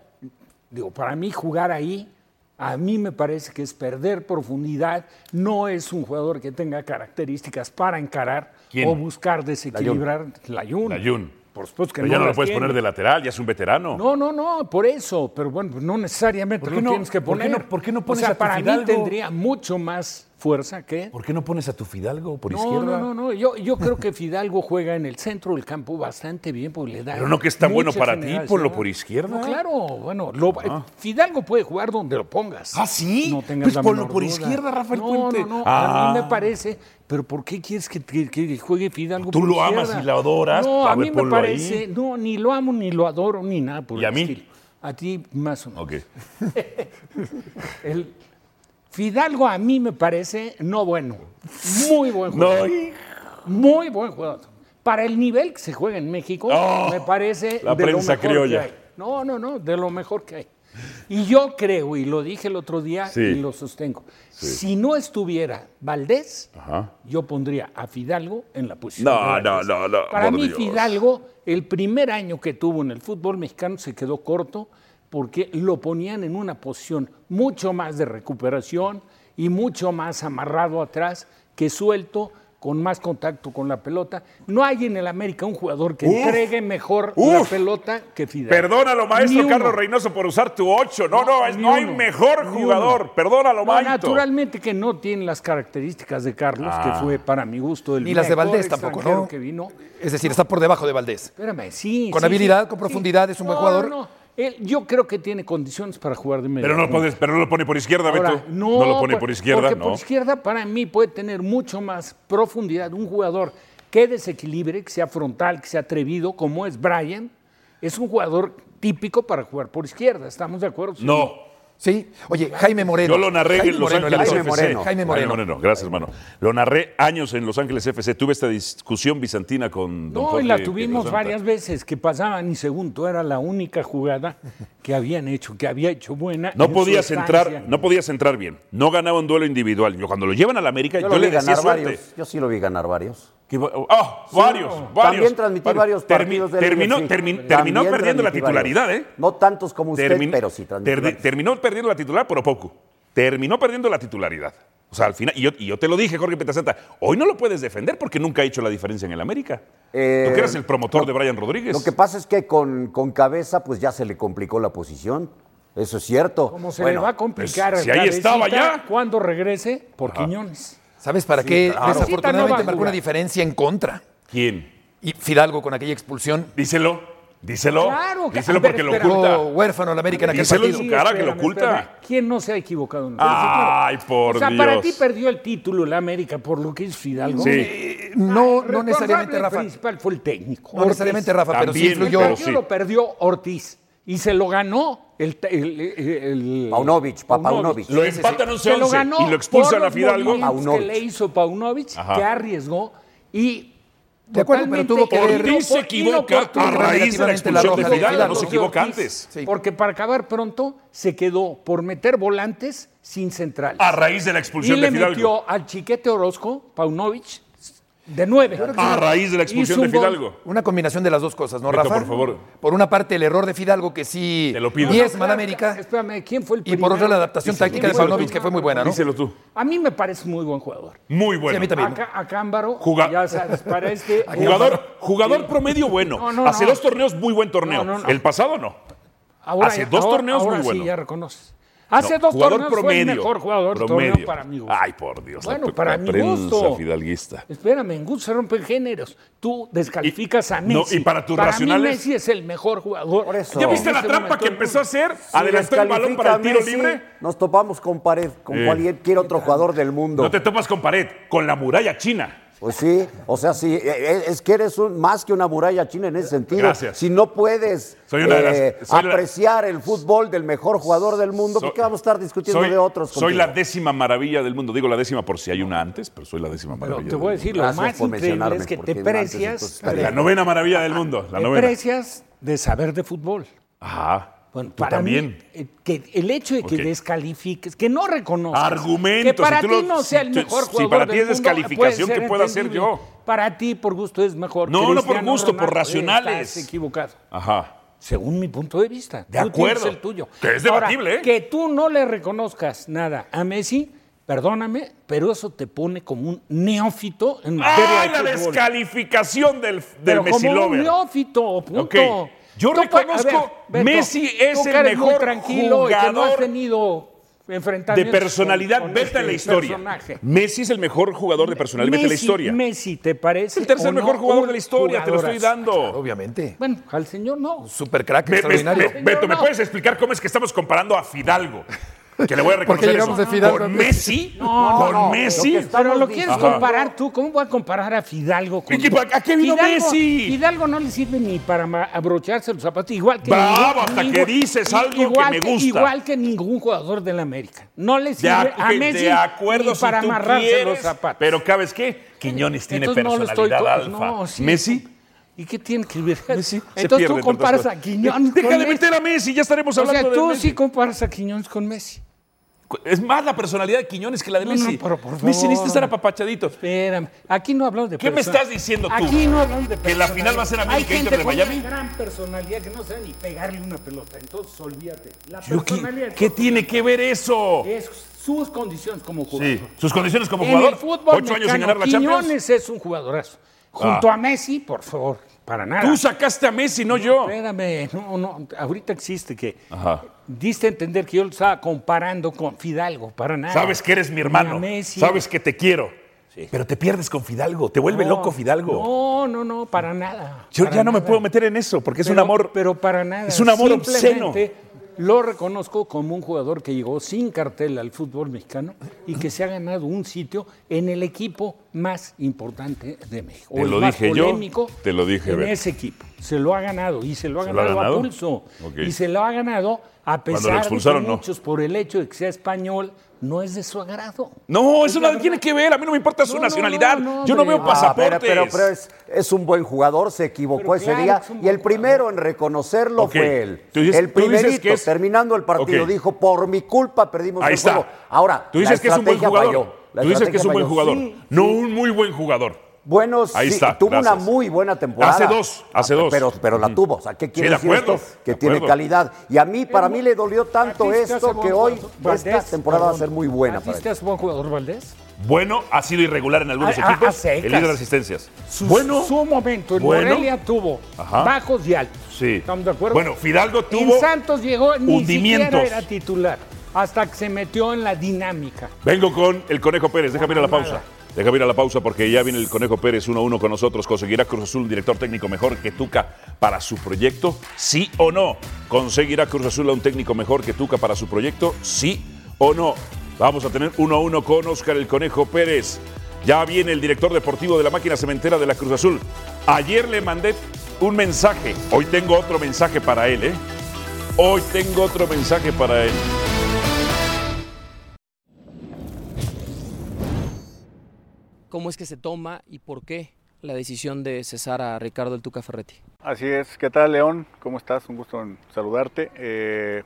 Speaker 5: digo, para mí jugar ahí, a mí me parece que es perder profundidad. No es un jugador que tenga características para encarar
Speaker 2: ¿Quién?
Speaker 5: o buscar desequilibrar la Jun.
Speaker 2: Layún.
Speaker 5: Por supuesto Pues que
Speaker 2: Pero
Speaker 5: no.
Speaker 2: ya no lo
Speaker 5: las
Speaker 2: puedes
Speaker 5: tiene.
Speaker 2: poner de lateral, ya es un veterano.
Speaker 5: No, no, no, por eso. Pero bueno, pues no necesariamente
Speaker 2: ¿Por qué
Speaker 5: lo
Speaker 2: no-
Speaker 5: tienes que
Speaker 2: por qué
Speaker 5: poner.
Speaker 2: no- por qué no pones
Speaker 5: o sea,
Speaker 2: a tu
Speaker 5: para
Speaker 2: Fidalgo?
Speaker 5: mí tendría mucho más fuerza que.
Speaker 2: ¿Por qué no pones a tu Fidalgo por
Speaker 5: No,
Speaker 2: izquierda?
Speaker 5: no, no, no. Yo, yo creo que Fidalgo juega en el centro del campo bastante bien porque le da.
Speaker 2: Pero no que es tan bueno
Speaker 5: mucha
Speaker 2: para ti,
Speaker 5: generalidad.
Speaker 2: ponlo por izquierda.
Speaker 5: No, claro, bueno, lo- Fidalgo puede jugar donde lo pongas.
Speaker 2: ¿Ah, sí?
Speaker 5: No tengas
Speaker 2: Pues
Speaker 5: la
Speaker 2: ponlo
Speaker 5: menor
Speaker 2: por
Speaker 5: duda.
Speaker 2: izquierda, Rafael
Speaker 5: no,
Speaker 2: Puente.
Speaker 5: No, no,
Speaker 2: Ah.
Speaker 5: a mí me parece. Pero ¿por qué quieres que, que- que juegue Fidalgo?
Speaker 2: Tú
Speaker 5: por
Speaker 2: lo amas
Speaker 5: izquierda?
Speaker 2: y lo adoras,
Speaker 5: No,
Speaker 2: a
Speaker 5: a,
Speaker 2: ver,
Speaker 5: mí me
Speaker 2: ponlo ahí.
Speaker 5: parece. No, ni lo amo, ni lo adoro, ni nada por
Speaker 2: ¿Y
Speaker 5: el
Speaker 2: a mí?
Speaker 5: estilo. A ti más o menos.
Speaker 2: Ok.
Speaker 5: El Fidalgo a mí me parece no bueno. Muy buen
Speaker 2: No,
Speaker 5: jugador. Muy buen jugador. Para el nivel que se juega en México,
Speaker 2: Oh,
Speaker 5: me parece
Speaker 2: la
Speaker 5: de lo
Speaker 2: prensa
Speaker 5: mejor
Speaker 2: criolla.
Speaker 5: que hay. No, no, no, de lo mejor que hay. Y yo creo, y lo dije el otro día
Speaker 2: Sí.
Speaker 5: y lo sostengo, si no estuviera Valdés, yo pondría a Fidalgo en la posición.
Speaker 2: No,
Speaker 5: de Valdés.
Speaker 2: no, no, no,
Speaker 5: Para
Speaker 2: por
Speaker 5: mí,
Speaker 2: Dios.
Speaker 5: Fidalgo, el primer año que tuvo en el fútbol mexicano se quedó corto porque lo ponían en una posición mucho más de recuperación y mucho más amarrado atrás que suelto, con más contacto con la pelota. No hay en el América un jugador que
Speaker 2: Uf,
Speaker 5: entregue mejor la
Speaker 2: uf.
Speaker 5: pelota que Fidalgo.
Speaker 2: Perdónalo,
Speaker 5: Ni
Speaker 2: maestro
Speaker 5: uno.
Speaker 2: Carlos Reynoso, por usar tu 8. No, no, es-
Speaker 5: ni
Speaker 2: no hay
Speaker 5: uno,
Speaker 2: mejor
Speaker 5: ni
Speaker 2: jugador.
Speaker 5: uno.
Speaker 2: Perdónalo,
Speaker 5: No,
Speaker 2: maestro.
Speaker 5: naturalmente que no tiene las características de Carlos, que fue para mi gusto el
Speaker 3: Ah. Ni las de
Speaker 5: mejor
Speaker 3: Valdés tampoco,
Speaker 5: extranjero
Speaker 3: ¿no?
Speaker 5: que vino.
Speaker 3: Es decir, está por debajo de Valdés.
Speaker 5: Espérame, sí.
Speaker 3: Con
Speaker 5: sí,
Speaker 3: habilidad,
Speaker 5: sí,
Speaker 3: con
Speaker 5: sí.
Speaker 3: profundidad, es un buen
Speaker 5: No,
Speaker 3: jugador,
Speaker 5: no, no. Él, yo creo que tiene condiciones para jugar de medio.
Speaker 2: Pero no lo pone, pero no lo pone por izquierda,
Speaker 5: Ahora, pues,
Speaker 2: Beto. No, lo pone por izquierda,
Speaker 5: Porque
Speaker 2: no.
Speaker 5: por izquierda para mí puede tener mucho más profundidad un jugador que desequilibre, que sea frontal, que sea atrevido, como es Brian. Es un jugador típico para jugar por izquierda, ¿estamos de acuerdo?
Speaker 2: No.
Speaker 3: Sí. Oye, Jaime Moreno.
Speaker 2: Yo lo narré
Speaker 3: Jaime
Speaker 2: en Los
Speaker 3: Moreno,
Speaker 2: Ángeles
Speaker 3: Jaime
Speaker 2: FC.
Speaker 3: Moreno. Jaime Moreno.
Speaker 2: gracias, hermano. Lo narré años en Los Ángeles FC. Tuve esta discusión bizantina con don
Speaker 5: No, y
Speaker 2: Jorge
Speaker 5: la
Speaker 2: Piedrasanta.
Speaker 5: tuvimos varias veces que pasaban y según tú era la única jugada que habían hecho, que había hecho buena. en
Speaker 2: No
Speaker 5: su
Speaker 2: podías
Speaker 5: estancia.
Speaker 2: entrar, no podías entrar bien. No ganaba un duelo individual. Yo cuando lo llevan a la América, yo,
Speaker 4: lo
Speaker 2: le
Speaker 4: vi
Speaker 2: decía
Speaker 4: ganar
Speaker 2: suerte.
Speaker 4: varios. Yo sí lo vi ganar varios.
Speaker 2: Que va- ¡Ah! varios,
Speaker 5: no.
Speaker 2: varios.
Speaker 4: También transmití varios, partidos del
Speaker 2: terminó,
Speaker 4: LFC.
Speaker 2: termin-
Speaker 4: También
Speaker 2: terminó perdiendo la
Speaker 4: transmití varios.
Speaker 2: titularidad, ¿eh?
Speaker 4: No tantos como usted,
Speaker 2: Termin-
Speaker 4: pero sí transmití.
Speaker 2: terdi-
Speaker 4: varios.
Speaker 2: terminó perdiendo la titular, pero poco. Terminó perdiendo la titularidad. O sea, al final, y yo, y yo te lo dije, Jorge Petasanta, hoy no lo puedes defender porque nunca ha hecho la diferencia en el América.
Speaker 4: Eh,
Speaker 2: Tú que eras el promotor de Brian Rodríguez.
Speaker 4: Lo que pasa es que con, con cabeza, pues ya se le complicó la posición. Eso es cierto.
Speaker 5: Como se
Speaker 4: Bueno,
Speaker 5: le va a complicar
Speaker 2: pues,
Speaker 5: al
Speaker 2: si ahí
Speaker 5: Cabecita
Speaker 2: estaba ya.
Speaker 5: cuando regrese por Quiñones.
Speaker 3: Ah. ¿Sabes para qué?
Speaker 4: claro.
Speaker 5: Cabecita no va
Speaker 3: Desafortunadamente
Speaker 5: a
Speaker 3: marcó
Speaker 5: jugar.
Speaker 3: una diferencia en contra.
Speaker 2: ¿Quién?
Speaker 3: Y Fidalgo con aquella expulsión.
Speaker 2: Díselo. Díselo.
Speaker 5: Claro que-
Speaker 2: Díselo
Speaker 5: a ver,
Speaker 2: porque lo
Speaker 5: espera.
Speaker 2: oculta.
Speaker 3: Quedó huérfano la América en aquel
Speaker 2: Díselo en
Speaker 3: partido.
Speaker 2: su cara, que lo oculta.
Speaker 5: ¿Quién no se ha equivocado? en el
Speaker 2: Ay,
Speaker 5: partido?
Speaker 2: por
Speaker 5: O sea, para
Speaker 2: Dios.
Speaker 5: ti perdió el título la América por lo que hizo Fidalgo.
Speaker 2: Sí.
Speaker 3: Eh, No, no
Speaker 5: El
Speaker 3: necesariamente,
Speaker 5: responsable
Speaker 3: Rafa.
Speaker 5: principal fue el técnico.
Speaker 3: No necesariamente, Rafa, pero sí
Speaker 2: También,
Speaker 3: influyó.
Speaker 2: pero
Speaker 5: El partido
Speaker 2: sí.
Speaker 5: lo perdió Ortiz y se lo ganó el. el, el- el-
Speaker 4: Paunovic, pa- Paunovic.
Speaker 2: Lo empatan
Speaker 5: Se lo
Speaker 2: 11-11
Speaker 5: ganó.
Speaker 2: y lo expulsan
Speaker 5: por
Speaker 2: a
Speaker 5: los
Speaker 2: Fidalgo.
Speaker 5: movimientos
Speaker 4: Paunovic.
Speaker 5: que le hizo Paunovic,
Speaker 2: Ajá.
Speaker 5: que arriesgó y.
Speaker 3: De acuerdo, pero
Speaker 5: totalmente
Speaker 3: tuvo que ver-
Speaker 5: inopo-
Speaker 2: Ortiz se equivoca a
Speaker 5: inoportuno.
Speaker 2: raíz de la
Speaker 3: negativamente la
Speaker 2: expulsión de
Speaker 3: roja de
Speaker 2: Fidalgo. No se
Speaker 3: Fidalgo.
Speaker 2: equivoca
Speaker 5: Ortiz,
Speaker 2: antes.
Speaker 3: Sí.
Speaker 5: Porque para acabar pronto se quedó por meter volantes sin centrales.
Speaker 2: A raíz de la expulsión
Speaker 5: y
Speaker 2: de
Speaker 5: le
Speaker 2: Fidalgo.
Speaker 5: metió al chiquete Orozco, Paunovic, de nueve.
Speaker 2: A raíz de la expulsión
Speaker 5: Hizo
Speaker 2: de
Speaker 5: un gol.
Speaker 2: Fidalgo.
Speaker 3: Una combinación de las dos cosas, ¿no,
Speaker 2: Beto,
Speaker 3: Rafa?
Speaker 2: por favor.
Speaker 3: Por una parte, el error de Fidalgo, que sí
Speaker 2: Te lo pido.
Speaker 3: diezma a la
Speaker 5: Espérame,
Speaker 3: América.
Speaker 5: Espérame, ¿quién fue el
Speaker 3: Y por otra,
Speaker 5: primero?
Speaker 3: la adaptación táctica de
Speaker 5: ¿Quién fue el
Speaker 3: Paunovic, que
Speaker 5: primero?
Speaker 3: fue muy buena, ¿no?
Speaker 2: Díselo tú.
Speaker 5: A mí me parece muy buen jugador.
Speaker 2: Muy bueno.
Speaker 3: Sí, a mí también.
Speaker 5: Acá, a Cámbaro,
Speaker 2: Juga-
Speaker 5: ya sabes, para este...
Speaker 2: Jugador, jugador promedio bueno.
Speaker 5: No, no,
Speaker 2: Hace
Speaker 5: no.
Speaker 2: dos torneos muy buen torneo.
Speaker 5: No, no, no.
Speaker 2: El pasado no.
Speaker 5: Ahora
Speaker 2: hace
Speaker 5: ya-
Speaker 2: dos
Speaker 5: ahora-
Speaker 2: torneos
Speaker 5: ahora
Speaker 2: muy bueno.
Speaker 5: Sí, ya reconoces. Hace
Speaker 2: No,
Speaker 5: dos
Speaker 2: jugador
Speaker 5: torneos
Speaker 2: promedio.
Speaker 5: fue el mejor jugador del
Speaker 2: promedio.
Speaker 5: torneo para mi gusto.
Speaker 2: Ay, por Dios. la
Speaker 5: Bueno,
Speaker 2: pre-
Speaker 5: para
Speaker 2: la
Speaker 5: mi
Speaker 2: prensa
Speaker 5: gusto.
Speaker 2: fidalguista.
Speaker 5: Espérame, en gusto se rompen géneros. Tú descalificas
Speaker 2: Y-
Speaker 5: a
Speaker 2: no,
Speaker 5: Messi.
Speaker 2: y para tus racionales-
Speaker 5: mí Messi es el mejor jugador.
Speaker 4: Por eso.
Speaker 2: ¿Ya viste
Speaker 5: En
Speaker 2: la
Speaker 5: este
Speaker 2: trampa
Speaker 5: momento
Speaker 2: que
Speaker 5: del
Speaker 2: empezó a
Speaker 5: mundo.
Speaker 2: hacer?
Speaker 4: si
Speaker 2: Adelantar el balón para el tiro
Speaker 4: descalifica a Messi,
Speaker 2: libre.
Speaker 4: Nos topamos con pared, con
Speaker 2: Sí.
Speaker 4: cualquier otro jugador del mundo.
Speaker 2: No te topas con pared, con la muralla china.
Speaker 4: Pues sí, o sea, sí, eh, eh, es que eres un, más que una muralla china en ese sentido.
Speaker 2: Gracias.
Speaker 4: Si no puedes
Speaker 2: Soy una de las-
Speaker 4: eh,
Speaker 2: soy la-
Speaker 4: apreciar el fútbol del mejor jugador del mundo,
Speaker 2: So-
Speaker 4: ¿por qué vamos a estar discutiendo
Speaker 2: soy-
Speaker 4: de otros?
Speaker 2: Soy la
Speaker 4: contigo?
Speaker 2: décima maravilla del mundo. Digo la décima por si hay una antes, pero soy la décima
Speaker 5: Pero
Speaker 2: maravilla.
Speaker 5: te
Speaker 2: del
Speaker 5: voy a
Speaker 2: mundo.
Speaker 5: decir, lo
Speaker 4: Gracias
Speaker 5: más
Speaker 4: por
Speaker 5: increíble
Speaker 4: mencionarme,
Speaker 5: es que te
Speaker 4: porque antes
Speaker 5: precias,
Speaker 4: entonces estaría-
Speaker 2: La novena maravilla del mundo. La
Speaker 5: te
Speaker 2: novena.
Speaker 5: precias de saber de fútbol.
Speaker 2: Ajá.
Speaker 5: Bueno,
Speaker 2: Tú
Speaker 5: para
Speaker 2: también.
Speaker 5: mí, eh, que el hecho de que
Speaker 2: Ok.
Speaker 5: descalifiques, que no reconozcas,
Speaker 2: Argumentos,
Speaker 5: que para
Speaker 2: si
Speaker 5: ti
Speaker 2: tú lo-
Speaker 5: no sea el
Speaker 2: si tú-
Speaker 5: mejor
Speaker 2: si
Speaker 5: jugador
Speaker 2: para ti
Speaker 5: del
Speaker 2: es
Speaker 5: mundo,
Speaker 2: descalificación,
Speaker 5: puede
Speaker 2: ¿qué
Speaker 5: ser
Speaker 2: puedo hacer
Speaker 5: entendible.
Speaker 2: yo?
Speaker 5: Para ti, por gusto, es mejor.
Speaker 2: No, no por
Speaker 5: Cristiano
Speaker 2: gusto, por
Speaker 5: Ronaldo.
Speaker 2: racionales.
Speaker 5: Estás equivocado.
Speaker 2: Ajá.
Speaker 5: Según mi punto de vista.
Speaker 2: De
Speaker 5: Tú tienes
Speaker 2: acuerdo.
Speaker 5: el tuyo.
Speaker 2: Que es
Speaker 5: Ahora,
Speaker 2: debatible, ¿eh?
Speaker 5: Que tú no le reconozcas nada a Messi, perdóname, pero eso te pone como un neófito en materia
Speaker 2: ¡Ah, la
Speaker 5: de fútbol.
Speaker 2: descalificación del, del
Speaker 5: Pero
Speaker 2: Messi
Speaker 5: como un
Speaker 2: Lover!
Speaker 5: neófito, punto.
Speaker 2: Ok. Yo
Speaker 5: Tú pa-
Speaker 2: reconozco,
Speaker 5: Beto,
Speaker 2: Messi es
Speaker 5: tú que
Speaker 2: el
Speaker 5: eres muy
Speaker 2: mejor
Speaker 5: tranquilo y que no has
Speaker 2: jugador
Speaker 5: tenido enfrentamientos
Speaker 2: de personalidad
Speaker 5: con- con
Speaker 2: vete
Speaker 5: este
Speaker 2: a la historia.
Speaker 5: personaje.
Speaker 2: Messi es el mejor jugador de personalidad vete a la
Speaker 5: Messi-
Speaker 2: historia.
Speaker 5: Messi, ¿te parece?
Speaker 2: el tercer
Speaker 5: o no
Speaker 2: mejor jugador
Speaker 5: un
Speaker 2: de la historia, te lo estoy
Speaker 5: jugadorazo?
Speaker 2: dando.
Speaker 3: Obviamente.
Speaker 5: Bueno, al señor no.
Speaker 3: Super crack
Speaker 2: Be- be-
Speaker 3: extraordinario.
Speaker 2: be- Beto, ¿me
Speaker 5: No.
Speaker 2: puedes explicar cómo es que estamos comparando a Fidalgo? Que le voy a reconocer
Speaker 3: llegamos
Speaker 2: eso.
Speaker 3: a Fidalgo?
Speaker 2: ¿Con Messi?
Speaker 5: No,
Speaker 2: ¿Con
Speaker 4: no,
Speaker 2: Messi?
Speaker 4: lo que está-
Speaker 5: Pero lo
Speaker 4: Estamos
Speaker 5: quieres
Speaker 2: diciendo-
Speaker 5: comparar tú, ¿cómo voy a comparar a Fidalgo con...
Speaker 2: ¿Y para- a qué vino
Speaker 5: Fidalgo-
Speaker 2: Messi?
Speaker 5: Fidalgo no le sirve ni para ma- abrocharse los zapatos, igual que...
Speaker 2: Bravo,
Speaker 5: ningún-
Speaker 2: hasta
Speaker 5: ningún-
Speaker 2: que dices
Speaker 5: i-
Speaker 2: algo que
Speaker 5: igual
Speaker 2: me gusta.
Speaker 5: Igual que ningún jugador del América. No le sirve
Speaker 2: ac-
Speaker 5: a Messi
Speaker 2: de acuerdo
Speaker 5: ni para
Speaker 2: si tú
Speaker 5: amarrarse
Speaker 2: quieres,
Speaker 5: los zapatos.
Speaker 2: Pero ¿cabes qué? Quiñones tiene
Speaker 5: Entonces, no lo estoy
Speaker 2: personalidad
Speaker 5: co-
Speaker 2: alfa.
Speaker 5: no, sí.
Speaker 2: Messi
Speaker 5: ¿Y qué tiene que ver?
Speaker 2: Messi se
Speaker 5: Entonces
Speaker 2: pierde, entre
Speaker 5: tú comparas
Speaker 2: otras
Speaker 5: a
Speaker 2: cosas.
Speaker 5: Quiñones
Speaker 2: Deja
Speaker 5: con
Speaker 2: de
Speaker 5: Messi.
Speaker 2: meter a Messi, ya estaremos
Speaker 5: O
Speaker 2: hablando
Speaker 5: sea,
Speaker 2: de
Speaker 5: tú
Speaker 2: Messi.
Speaker 5: sí comparas a Quiñones con Messi.
Speaker 2: Es más la personalidad de Quiñones que la de
Speaker 5: No,
Speaker 2: Messi.
Speaker 5: no, pero por
Speaker 2: Messi
Speaker 5: favor.
Speaker 2: necesita estar apapachadito.
Speaker 5: Espérame, aquí no hablamos de
Speaker 2: ¿Qué me
Speaker 5: persona-
Speaker 2: estás diciendo tú?
Speaker 5: Aquí no hablamos de
Speaker 2: ¿Que la final va a ser
Speaker 5: personalidad. Hay
Speaker 2: América Inter
Speaker 5: gente
Speaker 2: de
Speaker 5: con
Speaker 2: Miami?
Speaker 5: una gran personalidad que no sabe ni pegarle una pelota. Entonces, olvídate. La
Speaker 2: Yo, Ah. ¿qué,
Speaker 5: personalidad
Speaker 2: qué tiene que ver eso?
Speaker 5: es sus condiciones como jugador.
Speaker 2: Sí, sus condiciones como
Speaker 5: En
Speaker 2: jugador.
Speaker 5: el fútbol
Speaker 2: ocho años sin
Speaker 5: mexicano,
Speaker 2: ganar la Champions. Ah.
Speaker 5: Quiñones es un jugadorazo. Junto a Messi, por favor, para nada.
Speaker 2: Tú sacaste a Messi, no yo.
Speaker 5: Espérame, no, no, ahorita existe que
Speaker 2: Ajá.
Speaker 5: diste a entender que yo lo estaba comparando con Fidalgo, para nada.
Speaker 2: Sabes que eres mi hermano.
Speaker 5: Ni a Messi.
Speaker 2: Sabes que te quiero. Pero te pierdes con Fidalgo, te vuelve
Speaker 5: No,
Speaker 2: loco Fidalgo.
Speaker 5: No, no, no, para nada.
Speaker 2: Yo
Speaker 5: para
Speaker 2: ya no me
Speaker 5: nada.
Speaker 2: puedo meter en eso, porque es un
Speaker 5: Pero-
Speaker 2: amor.
Speaker 5: Pero para nada.
Speaker 2: Es un amor obsceno.
Speaker 5: Simplemente Lo reconozco como un jugador que llegó sin cartel al fútbol mexicano y que se ha ganado un sitio en el equipo más importante de México.
Speaker 2: Te
Speaker 5: el
Speaker 2: lo
Speaker 5: más
Speaker 2: dije yo,
Speaker 5: polémico
Speaker 2: te lo dije,
Speaker 5: En
Speaker 2: Beto.
Speaker 5: ese equipo. Se lo ha ganado y se lo ha,
Speaker 2: ¿Se lo ha
Speaker 5: ganado,
Speaker 2: ganado?
Speaker 5: a pulso.
Speaker 2: Ok.
Speaker 5: Y se lo ha ganado a
Speaker 2: lo
Speaker 5: pesar
Speaker 2: expulsaron,
Speaker 5: de que
Speaker 2: no.
Speaker 5: muchos por el hecho de que sea español no es de su agrado.
Speaker 2: No,
Speaker 5: Es
Speaker 2: eso
Speaker 5: la
Speaker 2: no tiene
Speaker 5: verdad.
Speaker 2: que ver. A mí no me importa su
Speaker 5: No, no,
Speaker 2: nacionalidad.
Speaker 5: no, no,
Speaker 2: Yo no
Speaker 5: hombre.
Speaker 2: veo
Speaker 5: Ah,
Speaker 2: pasaportes.
Speaker 4: pero, pero- pero es, es un buen jugador, se equivocó
Speaker 5: Pero
Speaker 4: ese
Speaker 5: claro
Speaker 4: día.
Speaker 5: que es un
Speaker 4: Y el
Speaker 5: buen
Speaker 4: primero en reconocerlo
Speaker 2: Ok.
Speaker 4: fue él.
Speaker 2: Tú dices-
Speaker 4: el
Speaker 2: tú dices que
Speaker 4: primerito,
Speaker 2: es-
Speaker 4: terminando el partido,
Speaker 2: Ok.
Speaker 4: dijo, por mi culpa perdimos
Speaker 2: Ahí
Speaker 4: el
Speaker 2: está.
Speaker 4: juego. Ahora,
Speaker 2: tú dices
Speaker 4: la
Speaker 2: que es un buen
Speaker 4: estrategia
Speaker 2: jugador.
Speaker 4: falló. La
Speaker 2: Tú dices que es un buen
Speaker 4: estrategia falló.
Speaker 2: jugador.
Speaker 4: Sí,
Speaker 2: no
Speaker 4: sí.
Speaker 2: un muy buen jugador.
Speaker 4: Bueno,
Speaker 2: Ahí
Speaker 4: sí,
Speaker 2: está,
Speaker 4: tuvo una
Speaker 2: gracias.
Speaker 4: muy buena temporada.
Speaker 2: Hace dos, hace
Speaker 4: Ah,
Speaker 2: dos.
Speaker 4: Pero, pero la tuvo. O sea, ¿qué quiere
Speaker 2: de
Speaker 4: decir
Speaker 2: acuerdo,
Speaker 4: esto? Que
Speaker 2: de
Speaker 4: tiene
Speaker 2: acuerdo.
Speaker 4: calidad. Y a mí, para mí, le dolió tanto
Speaker 5: Artista hace
Speaker 4: esto
Speaker 5: buen
Speaker 4: que hoy
Speaker 5: jugador.
Speaker 4: esta
Speaker 5: Valdés,
Speaker 4: temporada va a
Speaker 5: perdón.
Speaker 4: ser muy buena para
Speaker 5: ¿Artista
Speaker 4: él.
Speaker 5: es buen jugador, Valdés?
Speaker 2: Bueno, ha sido irregular en algunos
Speaker 5: A- a-
Speaker 2: equipos.
Speaker 5: a secas.
Speaker 2: el líder de asistencias.
Speaker 5: Su,
Speaker 2: bueno,
Speaker 5: su momento en
Speaker 2: bueno.
Speaker 5: Morelia tuvo
Speaker 2: Ajá.
Speaker 5: bajos y altos.
Speaker 2: sí.
Speaker 5: ¿Estamos de acuerdo?
Speaker 2: Bueno, Fidalgo
Speaker 5: en
Speaker 2: tuvo.
Speaker 5: Santos llegó ni
Speaker 2: hundimientos.
Speaker 5: siquiera era titular hasta que se metió en la dinámica.
Speaker 2: Vengo con el Conejo Pérez. Déjame ir a la pausa. Déjame ir a la pausa porque ya viene el Conejo Pérez 1-1 con nosotros. ¿Conseguirá Cruz Azul un director técnico mejor que Tuca para su proyecto? ¿Sí o no? ¿Conseguirá Cruz Azul a un técnico mejor que Tuca para su proyecto? ¿Sí o no? Vamos a tener 1-1 con Oscar el Conejo Pérez. Ya viene el director deportivo de la máquina cementera de la Cruz Azul. Ayer le mandé un mensaje. Hoy tengo otro mensaje para él, ¿eh? Hoy tengo otro mensaje para él.
Speaker 6: cómo es que se toma y por qué la decisión de cesar a Ricardo el Tuca Ferretti.
Speaker 7: Así es, ¿qué tal León? ¿Cómo estás? Un gusto en saludarte. Eh,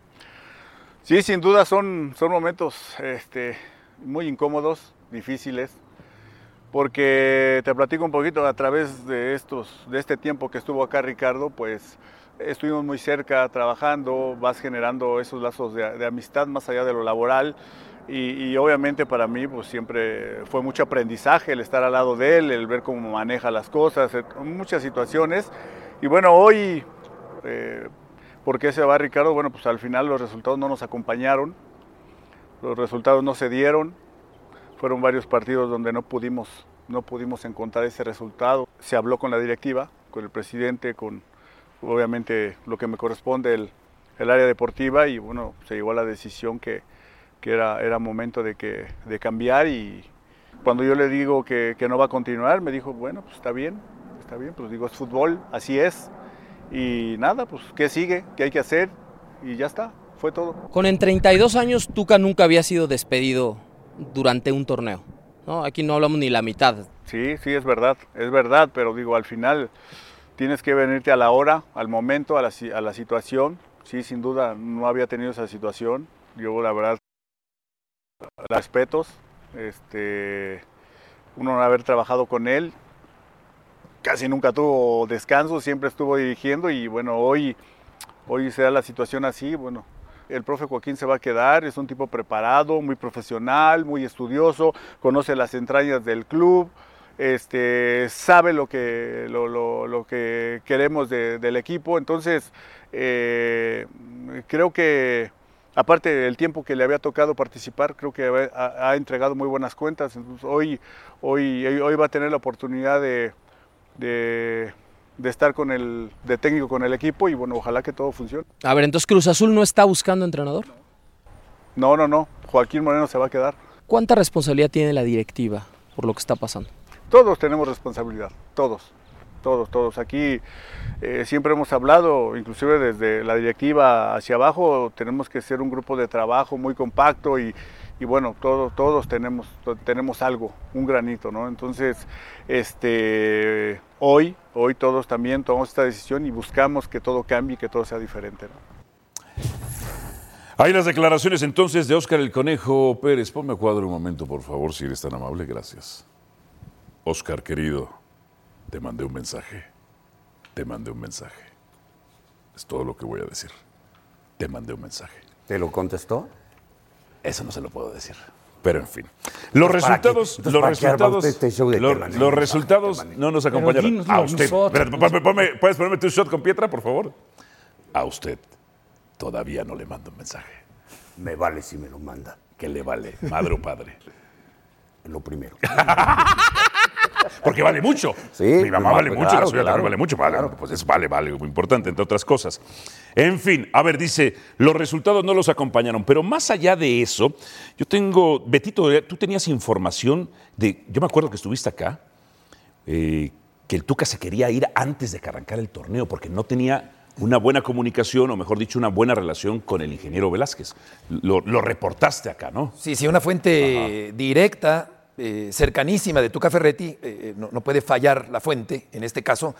Speaker 7: sí, sin duda son, son momentos este, muy incómodos, difíciles, porque te platico un poquito a través de, estos, de este tiempo que estuvo acá Ricardo, pues estuvimos muy cerca trabajando, vas generando esos lazos de, de amistad más allá de lo laboral. Y, y obviamente para mí pues siempre fue mucho aprendizaje el estar al lado de él, el ver cómo maneja las cosas, eh, muchas situaciones. Y bueno, hoy, eh, ¿por qué se va Ricardo? Bueno, pues al final los resultados no nos acompañaron, los resultados no se dieron, fueron varios partidos donde no pudimos, no pudimos encontrar ese resultado. Se habló con la directiva, con el presidente, con obviamente lo que me corresponde el, el área deportiva y bueno, se llegó a la decisión que, que era, era momento de, que, de cambiar y cuando yo le digo que, que no va a continuar, me dijo, bueno, pues está bien, está bien, pues digo, es fútbol, así es. Y nada, pues qué sigue, qué hay que hacer y ya está, fue todo.
Speaker 6: Con en 32 años Tuca nunca había sido despedido durante un torneo. ¿no? Aquí no hablamos ni la mitad.
Speaker 7: Sí, sí, es verdad, es verdad, pero digo, al final tienes que venirte a la hora, al momento, a la, si- a la situación. Sí, sin duda, no había tenido esa situación. Yo, la verdad, respetos. Este, uno no haber trabajado con él, casi nunca tuvo descanso, siempre estuvo dirigiendo y bueno, hoy, hoy se da la situación así, bueno. El profe Joaquín se va a quedar, es un tipo preparado, muy profesional, muy estudioso, conoce las entrañas del club, este, sabe lo que, lo, lo- lo que queremos de- del equipo. Entonces, eh, creo que, aparte del tiempo que le había tocado participar, creo que ha- ha, ha entregado muy buenas cuentas. Entonces, hoy, hoy, hoy- hoy va a tener la oportunidad de, de- de estar con el, de técnico con el equipo y bueno, ojalá que todo funcione.
Speaker 6: A ver, entonces Cruz Azul no está buscando entrenador.
Speaker 7: No, no, no, Joaquín Moreno se va a quedar.
Speaker 6: ¿Cuánta responsabilidad tiene la directiva por lo que está pasando?
Speaker 7: Todos tenemos responsabilidad, todos, todos, todos. Aquí eh, siempre hemos hablado, inclusive desde la directiva hacia abajo, tenemos que ser un grupo de trabajo muy compacto y, y bueno, todos, todos tenemos, to- tenemos algo, un granito, ¿no? Entonces, este, hoy, hoy todos también tomamos esta decisión y buscamos que todo cambie y que todo sea diferente, ¿no?
Speaker 2: Hay las declaraciones entonces de Óscar el Conejo Pérez. Ponme a cuadro un momento, por favor, si eres tan amable, gracias. Óscar, querido, te mandé un mensaje. Te mandé un mensaje. Es todo lo que voy a decir. Te mandé un mensaje.
Speaker 4: ¿Te lo contestó?
Speaker 2: Eso no se lo puedo decir. Pero en fin. Los
Speaker 4: ¿para qué?
Speaker 2: resultados,
Speaker 4: Entonces,
Speaker 2: los
Speaker 4: ¿para qué armaste
Speaker 2: resultados,
Speaker 4: este show de
Speaker 2: lo-
Speaker 4: te mandé un
Speaker 2: los
Speaker 4: mensaje,
Speaker 2: resultados
Speaker 4: te mandé?
Speaker 2: no nos acompañaron.
Speaker 5: dínoslo
Speaker 2: A
Speaker 5: a
Speaker 2: usted.
Speaker 5: nosotros.
Speaker 2: Espérate, ponme- ponme- ¿Puedes ponerme tu shot con Pietra, por favor? A usted todavía no le mando un mensaje.
Speaker 4: Me vale si me lo manda.
Speaker 2: que le vale, madre o padre.
Speaker 4: en lo primero.
Speaker 2: Porque vale mucho.
Speaker 4: Sí,
Speaker 2: Mi mamá
Speaker 4: pues,
Speaker 2: vale
Speaker 4: claro,
Speaker 2: mucho, la suya
Speaker 4: claro,
Speaker 2: también vale mucho. Vale,
Speaker 4: claro.
Speaker 2: Pues es vale, vale, muy importante, entre otras cosas. En fin, a ver, dice, los resultados no los acompañaron. Pero más allá de eso, yo tengo, Betito, tú tenías información de, yo me acuerdo que estuviste acá, eh, que el Tuca se quería ir antes de que arrancara el torneo, porque no tenía una buena comunicación, o mejor dicho, una buena relación con el ingeniero Velázquez. Lo, lo reportaste acá, ¿no?
Speaker 3: Sí, sí, una fuente directa, eh, cercanísima de Tuca Ferretti, eh, eh, no, no puede fallar la fuente en este caso,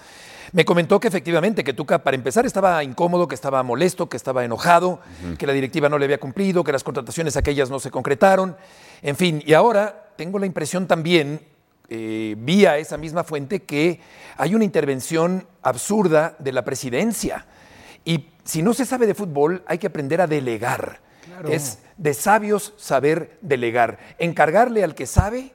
Speaker 3: me comentó que efectivamente que Tuca, para empezar, estaba incómodo, que estaba molesto, que estaba enojado, que la directiva no le había cumplido, que las contrataciones aquellas no se concretaron, en fin, y ahora tengo la impresión también, eh, vía esa misma fuente, que hay una intervención absurda de la presidencia. Y si no se sabe de fútbol, hay que aprender a delegar. Es de sabios saber delegar. Encargarle al que sabe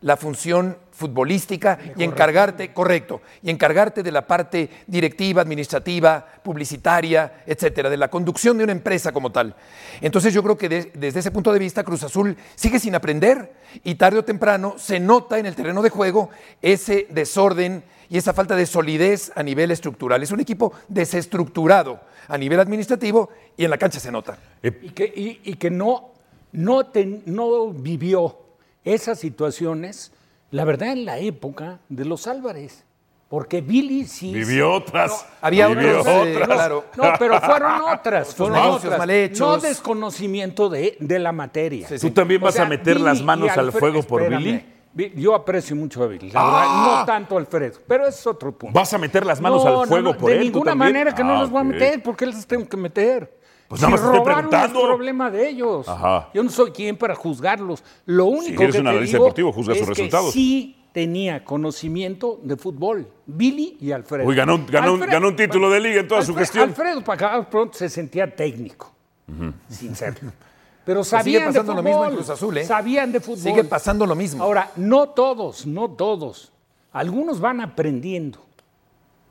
Speaker 3: la función futbolística y encargarte, correcto, y encargarte de la parte directiva, administrativa, publicitaria, etcétera, de la conducción de una empresa como tal. Entonces yo creo que de- desde ese punto de vista Cruz Azul sigue sin aprender y tarde o temprano se nota en el terreno de juego ese desorden y esa falta de solidez a nivel estructural. Es un equipo desestructurado a nivel administrativo y en la cancha se nota.
Speaker 5: y que, y- y que no, no, ten- no vivió esas situaciones, la verdad, en la época de los Álvarez. Porque Billy sí.
Speaker 2: Vivió otras.
Speaker 3: Había
Speaker 2: vivió
Speaker 3: otros, eh,
Speaker 2: otras.
Speaker 3: claro.
Speaker 5: No, pero fueron
Speaker 4: Pues
Speaker 5: otras. Fueron
Speaker 3: negocios
Speaker 5: otras.
Speaker 3: mal hechos.
Speaker 5: No desconocimiento de, de la materia.
Speaker 3: Sí, sí.
Speaker 2: Tú también
Speaker 5: O
Speaker 2: vas
Speaker 5: sea,
Speaker 2: a meter
Speaker 5: Billy
Speaker 2: las
Speaker 5: y
Speaker 2: manos al
Speaker 5: Alfredo-
Speaker 2: fuego por
Speaker 5: espérame.
Speaker 2: Billy. ¡Ah!
Speaker 5: Bi- Yo aprecio mucho a Billy, la verdad, no tanto a Alfredo, pero es otro punto.
Speaker 2: ¿Vas a meter las manos
Speaker 5: No, no,
Speaker 2: al fuego
Speaker 5: no,
Speaker 2: por
Speaker 5: de
Speaker 2: él? ¿Tú
Speaker 5: ninguna
Speaker 2: también?
Speaker 5: manera que no
Speaker 2: Ah,
Speaker 5: los voy a
Speaker 2: ok.
Speaker 5: meter, porque les tengo que meter.
Speaker 2: Pues nada más te estoy
Speaker 5: robaron
Speaker 2: preguntando.
Speaker 5: es problema de ellos.
Speaker 2: Ajá.
Speaker 5: Yo no soy quien para juzgarlos. Lo único
Speaker 2: eres
Speaker 5: que
Speaker 2: un
Speaker 5: te
Speaker 2: analista
Speaker 5: digo
Speaker 2: deportivo, juzga
Speaker 5: es
Speaker 2: sus
Speaker 5: que
Speaker 2: resultados.
Speaker 5: sí tenía conocimiento de fútbol, Billy y Alfredo.
Speaker 2: Uy, ganó un- ganó un- ganó un título de liga en toda su
Speaker 5: Alfre-
Speaker 2: gestión.
Speaker 5: Alfredo, para acabar pronto, se sentía técnico, sin serlo. Pero
Speaker 3: sigue
Speaker 5: sabían
Speaker 3: pasando
Speaker 5: de
Speaker 3: lo
Speaker 5: fútbol.
Speaker 3: mismo en Cruz Azul, ¿eh?
Speaker 5: Sabían de fútbol.
Speaker 3: Sigue pasando lo mismo.
Speaker 5: Ahora, no todos, no todos. Algunos van aprendiendo.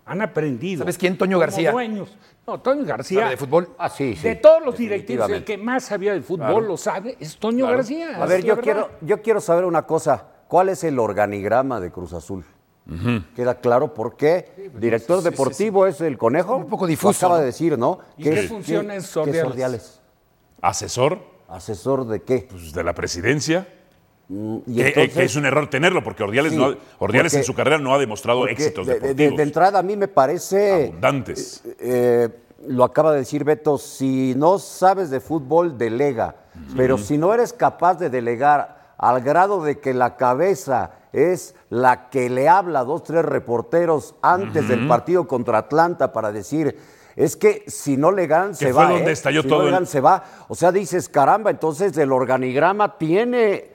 Speaker 5: Han aprendido.
Speaker 3: ¿Sabes quién? Toño
Speaker 5: Como
Speaker 3: García.
Speaker 5: dueños. No, Toño García.
Speaker 3: ¿Sabe de fútbol?
Speaker 4: Ah, sí, sí.
Speaker 5: De todos los directivos, el
Speaker 4: definitivamente.
Speaker 5: que más sabía de fútbol lo sabe, es Toño García.
Speaker 4: A ver,
Speaker 5: es la
Speaker 4: yo
Speaker 5: verdad.
Speaker 4: quiero, yo quiero saber una cosa. ¿Cuál es el organigrama de Cruz Azul? Queda claro por qué.
Speaker 5: pues,
Speaker 4: Director deportivo es el conejo.
Speaker 3: Un poco
Speaker 4: Lo
Speaker 3: difuso,
Speaker 4: Acaba
Speaker 3: ¿no?
Speaker 4: de decir, ¿no?
Speaker 5: ¿Y qué funciones
Speaker 4: qué- qué
Speaker 5: Sordiales?
Speaker 4: Sordiales?
Speaker 2: Asesor
Speaker 4: ¿Asesor de qué? Mm,
Speaker 2: pues, de la presidencia.
Speaker 4: Y
Speaker 2: Que,
Speaker 4: entonces-
Speaker 2: que es un error tenerlo, porque Ordiales,
Speaker 4: Sí,
Speaker 2: no ha- Ordiales
Speaker 4: porque-
Speaker 2: en su carrera no ha demostrado
Speaker 4: porque
Speaker 2: éxitos
Speaker 4: de, de-
Speaker 2: deportivos.
Speaker 4: de entrada a mí me parece...
Speaker 2: abundantes.
Speaker 4: eh, lo acaba de decir Beto, si no sabes de fútbol, delega. Pero si no eres capaz de delegar al grado de que la cabeza es la que le habla a dos, tres reporteros antes del partido contra Atlanta para decir, es que si no le ganan, se
Speaker 2: fue
Speaker 4: va.
Speaker 2: donde
Speaker 4: ¿eh?
Speaker 2: estalló
Speaker 4: Si
Speaker 2: todo
Speaker 4: no le
Speaker 2: el-
Speaker 4: ganan, se va. O sea, dices, caramba, entonces el organigrama tiene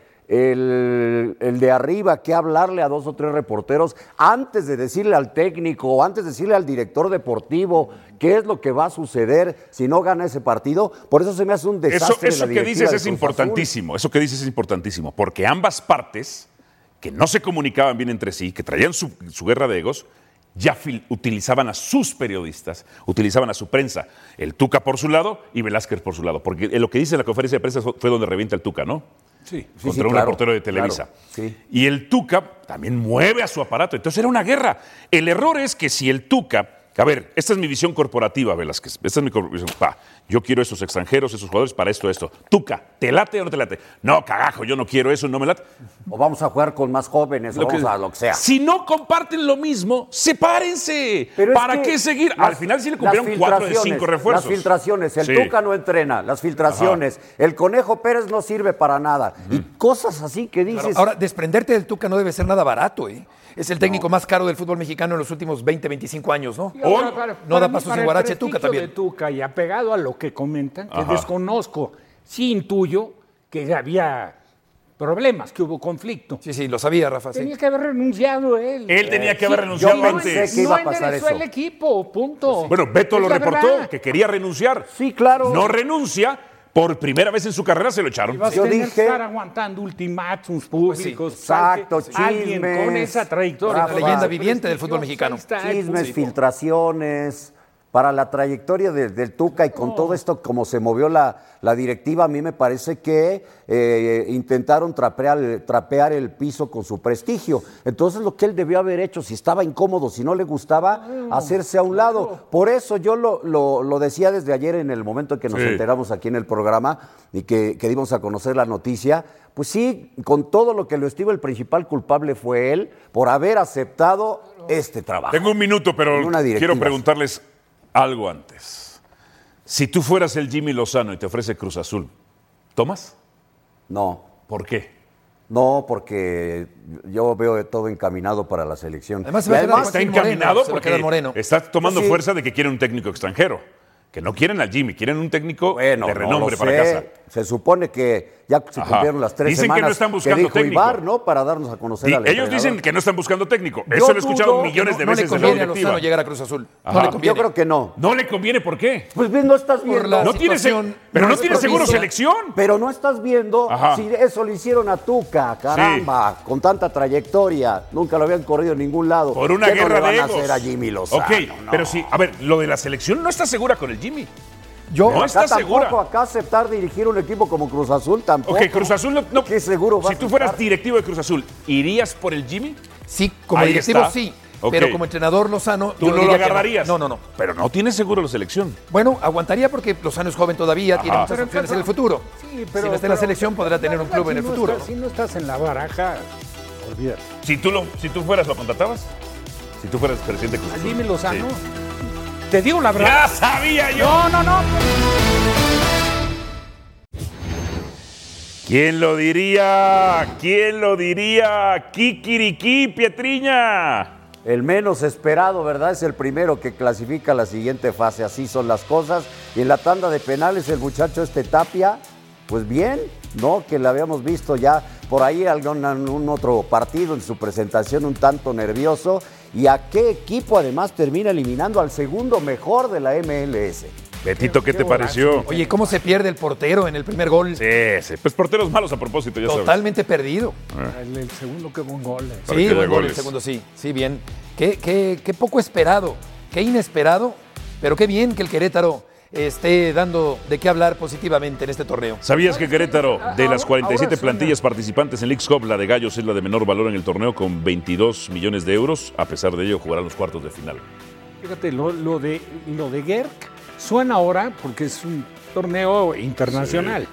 Speaker 4: el, el de arriba que hablarle a dos o tres reporteros antes de decirle al técnico o antes de decirle al director deportivo qué es lo que va a suceder si no gana ese partido. Por eso se me hace un
Speaker 2: Eso,
Speaker 4: desastre.
Speaker 2: eso
Speaker 4: la
Speaker 2: que
Speaker 4: directiva
Speaker 2: dices
Speaker 4: de
Speaker 2: es
Speaker 4: Cruz Azul.
Speaker 2: importantísimo, eso que dices es importantísimo, porque ambas partes que no se comunicaban bien entre sí, que traían su, su guerra de egos, ya fil- utilizaban a sus periodistas, utilizaban a su prensa, el Tuca por su lado y Velázquez por su lado, porque en lo que dice la conferencia de prensa fue fue donde revienta el Tuca, ¿no?
Speaker 5: Sí.
Speaker 4: Sí,
Speaker 2: contra
Speaker 4: sí,
Speaker 2: un
Speaker 4: claro,
Speaker 2: reportero de
Speaker 4: claro,
Speaker 2: Televisa.
Speaker 4: sí.
Speaker 2: Y el Tuca también mueve a su aparato. Entonces era una guerra. El error es que si el Tuca. A ver, esta es mi visión corporativa, Velázquez. Esta es mi cor- visión. Pa, yo quiero esos extranjeros, esos jugadores para esto, esto. Tuca, ¿te late o no te late? No, cagajo, yo no quiero eso, no me late.
Speaker 4: O vamos a jugar con más jóvenes, o
Speaker 2: Lo que-
Speaker 4: Pues vamos a lo que sea.
Speaker 2: Si no comparten lo mismo, sepárense.
Speaker 4: Pero es
Speaker 2: ¿Para
Speaker 4: que
Speaker 2: qué seguir?
Speaker 4: las-
Speaker 2: Al final sí le
Speaker 4: las
Speaker 2: cumplieron cuatro de
Speaker 4: filtraciones,
Speaker 2: cinco refuerzos.
Speaker 4: Las filtraciones, el
Speaker 2: Sí.
Speaker 4: Tuca no entrena, las filtraciones, el Conejo Pérez no sirve para nada. Y cosas así que dices.
Speaker 3: Ahora, desprenderte del Tuca no debe ser nada barato, ¿eh? Es el técnico más caro del fútbol mexicano en los últimos 20, 25 años, ¿no?
Speaker 5: Y ahora
Speaker 2: Hoy
Speaker 3: no da pasos
Speaker 5: para
Speaker 3: sin
Speaker 5: el
Speaker 3: guarache, Tuca
Speaker 5: prestigio
Speaker 3: también.
Speaker 5: de Tuca y apegado a lo que comentan, que
Speaker 2: Ajá.
Speaker 5: desconozco, sí intuyo que había problemas, que hubo conflicto.
Speaker 3: Sí, sí, lo sabía, Rafa. sí.
Speaker 5: Tenía que haber renunciado él.
Speaker 2: Él tenía que haber renunciado
Speaker 5: no en-
Speaker 2: antes.
Speaker 4: que iba a
Speaker 5: no
Speaker 4: pasar
Speaker 5: enderezó
Speaker 4: eso.
Speaker 5: el equipo, punto.
Speaker 2: Bueno, Beto
Speaker 5: Es
Speaker 2: lo
Speaker 5: la
Speaker 2: reportó,
Speaker 5: verdad.
Speaker 2: que quería renunciar.
Speaker 4: Sí, claro.
Speaker 2: No renuncia. Por primera vez en su carrera se lo echaron.
Speaker 5: Vas a
Speaker 4: Yo
Speaker 5: tener que
Speaker 4: dije- Pues
Speaker 5: estar aguantando ultimátums públicos.
Speaker 4: sí. Exacto,
Speaker 5: ¿sabes qué? Alguien con
Speaker 4: chismes.
Speaker 5: esa trayectoria.
Speaker 4: Una
Speaker 5: con
Speaker 4: leyenda
Speaker 5: esa
Speaker 3: viviente del fútbol
Speaker 5: prestigiosa,
Speaker 3: mexicano.
Speaker 5: ahí está el
Speaker 4: chismes,
Speaker 5: punto.
Speaker 4: filtraciones, para la trayectoria de- del Tuca y con todo esto, como se movió la, la directiva, a mí me parece que eh, intentaron trapear, trapear el piso con su prestigio. Entonces, lo que él debió haber hecho, si estaba incómodo, si no le gustaba, hacerse a un lado. Por eso yo lo, lo- lo decía desde ayer en el momento en que nos
Speaker 2: Sí.
Speaker 4: enteramos enteramos aquí en el programa y que, que dimos a conocer la noticia, pues sí, con todo lo que lo estuvo, el principal culpable fue él por haber aceptado este trabajo.
Speaker 2: Tengo un minuto, pero
Speaker 4: En una directiva.
Speaker 2: quiero preguntarles algo antes. Si tú fueras el Jimmy Lozano y te ofrece Cruz Azul, ¿tomas?
Speaker 4: No,
Speaker 2: ¿Por qué?
Speaker 4: no, porque yo veo todo encaminado para la selección.
Speaker 3: Además, se
Speaker 4: Y
Speaker 3: va a quedar
Speaker 2: Está
Speaker 3: Sí, Moreno,
Speaker 2: encaminado
Speaker 3: se va a
Speaker 2: porque
Speaker 3: quedar Moreno.
Speaker 2: está tomando
Speaker 4: Sí.
Speaker 2: fuerza de que quieren un técnico extranjero. Que no quieren al Jimmy, quieren un técnico
Speaker 4: Bueno,
Speaker 2: de
Speaker 4: no
Speaker 2: renombre
Speaker 4: lo
Speaker 2: para
Speaker 4: sé.
Speaker 2: casa.
Speaker 4: Se supone que ya se
Speaker 2: Ajá.
Speaker 4: cumplieron las tres
Speaker 2: Dicen que no
Speaker 4: semanas
Speaker 2: están buscando
Speaker 4: dijo
Speaker 2: técnico.
Speaker 4: Ibar, ¿no? Para darnos a conocer
Speaker 2: Di-
Speaker 4: al
Speaker 2: ellos
Speaker 4: entrenador.
Speaker 2: dicen que no están buscando técnico.
Speaker 4: Yo
Speaker 2: Eso lo he escuchado
Speaker 4: dudo que
Speaker 2: millones de
Speaker 3: no le
Speaker 2: veces de la
Speaker 3: conviene a Lozano
Speaker 2: directiva.
Speaker 3: llegar a Cruz Azul.
Speaker 2: Ajá.
Speaker 3: No le
Speaker 4: Yo
Speaker 3: conviene.
Speaker 4: creo que no.
Speaker 2: No le conviene, ¿por qué?
Speaker 4: Pues bien, no estás
Speaker 3: Por
Speaker 4: viendo.
Speaker 3: la
Speaker 2: No tiene, se-
Speaker 3: situación
Speaker 2: pero no
Speaker 3: es
Speaker 2: tiene seguro
Speaker 3: propicia.
Speaker 2: selección.
Speaker 4: Pero no estás viendo
Speaker 2: Ajá.
Speaker 4: si eso lo hicieron a Tuca, caramba, con tanta trayectoria, nunca lo habían corrido en ningún lado.
Speaker 2: Por una
Speaker 4: ¿Qué no
Speaker 2: guerra
Speaker 4: le van
Speaker 2: de
Speaker 4: a
Speaker 2: egos.
Speaker 4: hacer a Jimmy Lozano?
Speaker 2: Ok,
Speaker 4: No.
Speaker 2: pero sí, a ver, lo de la selección no está segura con el Jimmy.
Speaker 3: Yo,
Speaker 2: No
Speaker 4: Acá
Speaker 2: está
Speaker 4: tampoco,
Speaker 2: segura.
Speaker 4: acá aceptar dirigir un equipo como Cruz Azul tampoco.
Speaker 2: Ok, Cruz Azul no. no.
Speaker 4: Qué seguro vas
Speaker 2: Si tú
Speaker 4: a
Speaker 2: fueras
Speaker 4: estar.
Speaker 2: directivo de Cruz Azul, ¿irías por el Jimmy?
Speaker 3: sí, como
Speaker 2: Ahí
Speaker 3: directivo
Speaker 2: está.
Speaker 3: sí,
Speaker 2: Ok.
Speaker 3: pero como entrenador Lozano.
Speaker 2: Tú
Speaker 3: yo
Speaker 2: no lo
Speaker 3: diría que
Speaker 2: agarrarías.
Speaker 3: No, no, no.
Speaker 2: Pero no tiene seguro la selección.
Speaker 3: Bueno, aguantaría porque Lozano es joven todavía, tiene
Speaker 2: Ajá.
Speaker 3: muchas
Speaker 5: Pero
Speaker 3: opciones
Speaker 5: entonces-
Speaker 3: en el futuro.
Speaker 5: Sí, pero,
Speaker 3: si no está en la
Speaker 5: pero-
Speaker 3: selección, podrá tener un
Speaker 5: la verdad,
Speaker 3: club en
Speaker 5: si
Speaker 3: el
Speaker 5: no
Speaker 3: futuro.
Speaker 5: estás- si no estás en la baraja, olvídate.
Speaker 2: Si tú, lo, si tú fueras, ¿lo contratabas? Si tú fueras presidente de Cruz Azul.
Speaker 5: Jimmy Lozano.
Speaker 2: Sí.
Speaker 5: Te digo la verdad.
Speaker 2: ¡Ya sabía yo!
Speaker 5: No, no, no.
Speaker 2: ¿Quién lo diría? ¿Quién lo diría? Kikiriki, Pietriña.
Speaker 4: El menos esperado, ¿verdad? Es el primero que clasifica a la siguiente fase. Así son las cosas. Y en la tanda de penales, el muchacho este Tapia, pues bien, ¿no? Que la habíamos visto ya por ahí algún, en un otro partido en su presentación un tanto nervioso. ¿Y a qué equipo además termina eliminando al segundo mejor de la MLS?
Speaker 2: Betito, ¿qué te pareció?
Speaker 3: Oye, ¿cómo se pierde el portero en el primer gol?
Speaker 2: Sí, sí. Pues porteros malos a propósito, ya sabes. Ah.
Speaker 3: Totalmente perdido.
Speaker 5: El, el segundo que buen gol. eh.
Speaker 2: Para que
Speaker 3: Sí,
Speaker 2: haya
Speaker 3: buen gol el
Speaker 2: goles.
Speaker 3: segundo, sí. Sí, bien. Qué, qué- qué poco esperado, qué inesperado, pero qué bien que el Querétaro esté dando de qué hablar positivamente en este torneo.
Speaker 2: ¿Sabías que Querétaro, de las
Speaker 5: Ah, Ahora-
Speaker 2: 47
Speaker 5: ahora suena.
Speaker 2: plantillas participantes en League's Cup, la de Gallos es la de menor valor en el torneo con 22 millones de euros? A pesar de ello, jugarán los cuartos de final.
Speaker 5: Fíjate, lo, lo de, lo de Gerk suena ahora porque es un torneo internacional.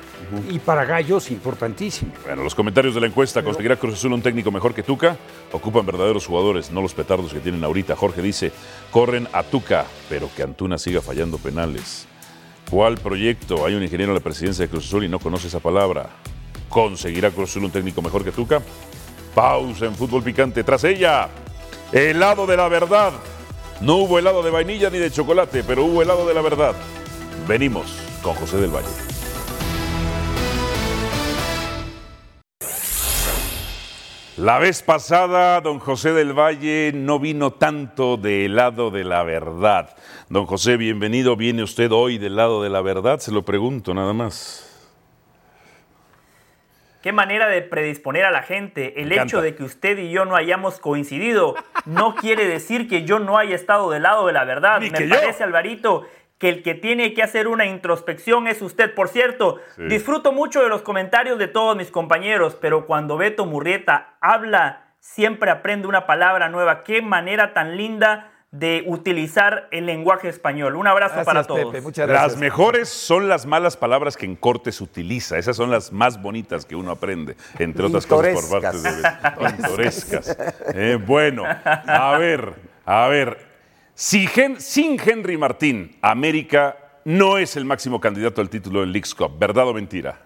Speaker 5: Y para Gallos importantísimo.
Speaker 2: Bueno, los comentarios de la encuesta, ¿conseguirá Cruz Azul un técnico mejor que Tuca? Ocupan verdaderos jugadores, no los petardos que tienen ahorita. Jorge dice, corren a Tuca, pero que Antuna siga fallando penales. ¿Cuál proyecto? Hay un ingeniero en la presidencia de Cruz Azul y no conoce esa palabra. ¿Conseguirá Cruz Azul un técnico mejor que Tuca? Pausa en fútbol picante. Tras ella, helado de la verdad. No hubo helado de vainilla ni de chocolate, pero hubo helado de la verdad. Venimos con José del Valle. La vez pasada, don José del Valle no vino tanto del lado de la verdad. Don José, bienvenido. ¿Viene usted hoy del lado de la verdad? Se lo pregunto nada más.
Speaker 8: Qué manera de predisponer a la gente. El
Speaker 2: Me encanta.
Speaker 8: hecho de que usted y yo no hayamos coincidido no quiere decir que yo no haya estado del lado de la verdad.
Speaker 2: Ni que
Speaker 8: Me
Speaker 2: yo.
Speaker 8: parece, Alvarito, que el que tiene que hacer una introspección es usted. Por cierto,
Speaker 2: Sí.
Speaker 8: disfruto mucho de los comentarios de todos mis compañeros, pero cuando Beto Murrieta habla, siempre aprende una palabra nueva. Qué manera tan linda de utilizar el lenguaje español. Un abrazo para todos.
Speaker 3: Pepe, muchas gracias.
Speaker 2: Las mejores son las malas palabras que en corte se utiliza. Esas son las más bonitas que uno aprende, entre otras cosas por parte de pintorescas. Eh, bueno, a ver, a ver. Si Gen- sin Henry Martín, América no es el máximo candidato al título del League's Cup. ¿Verdad o mentira?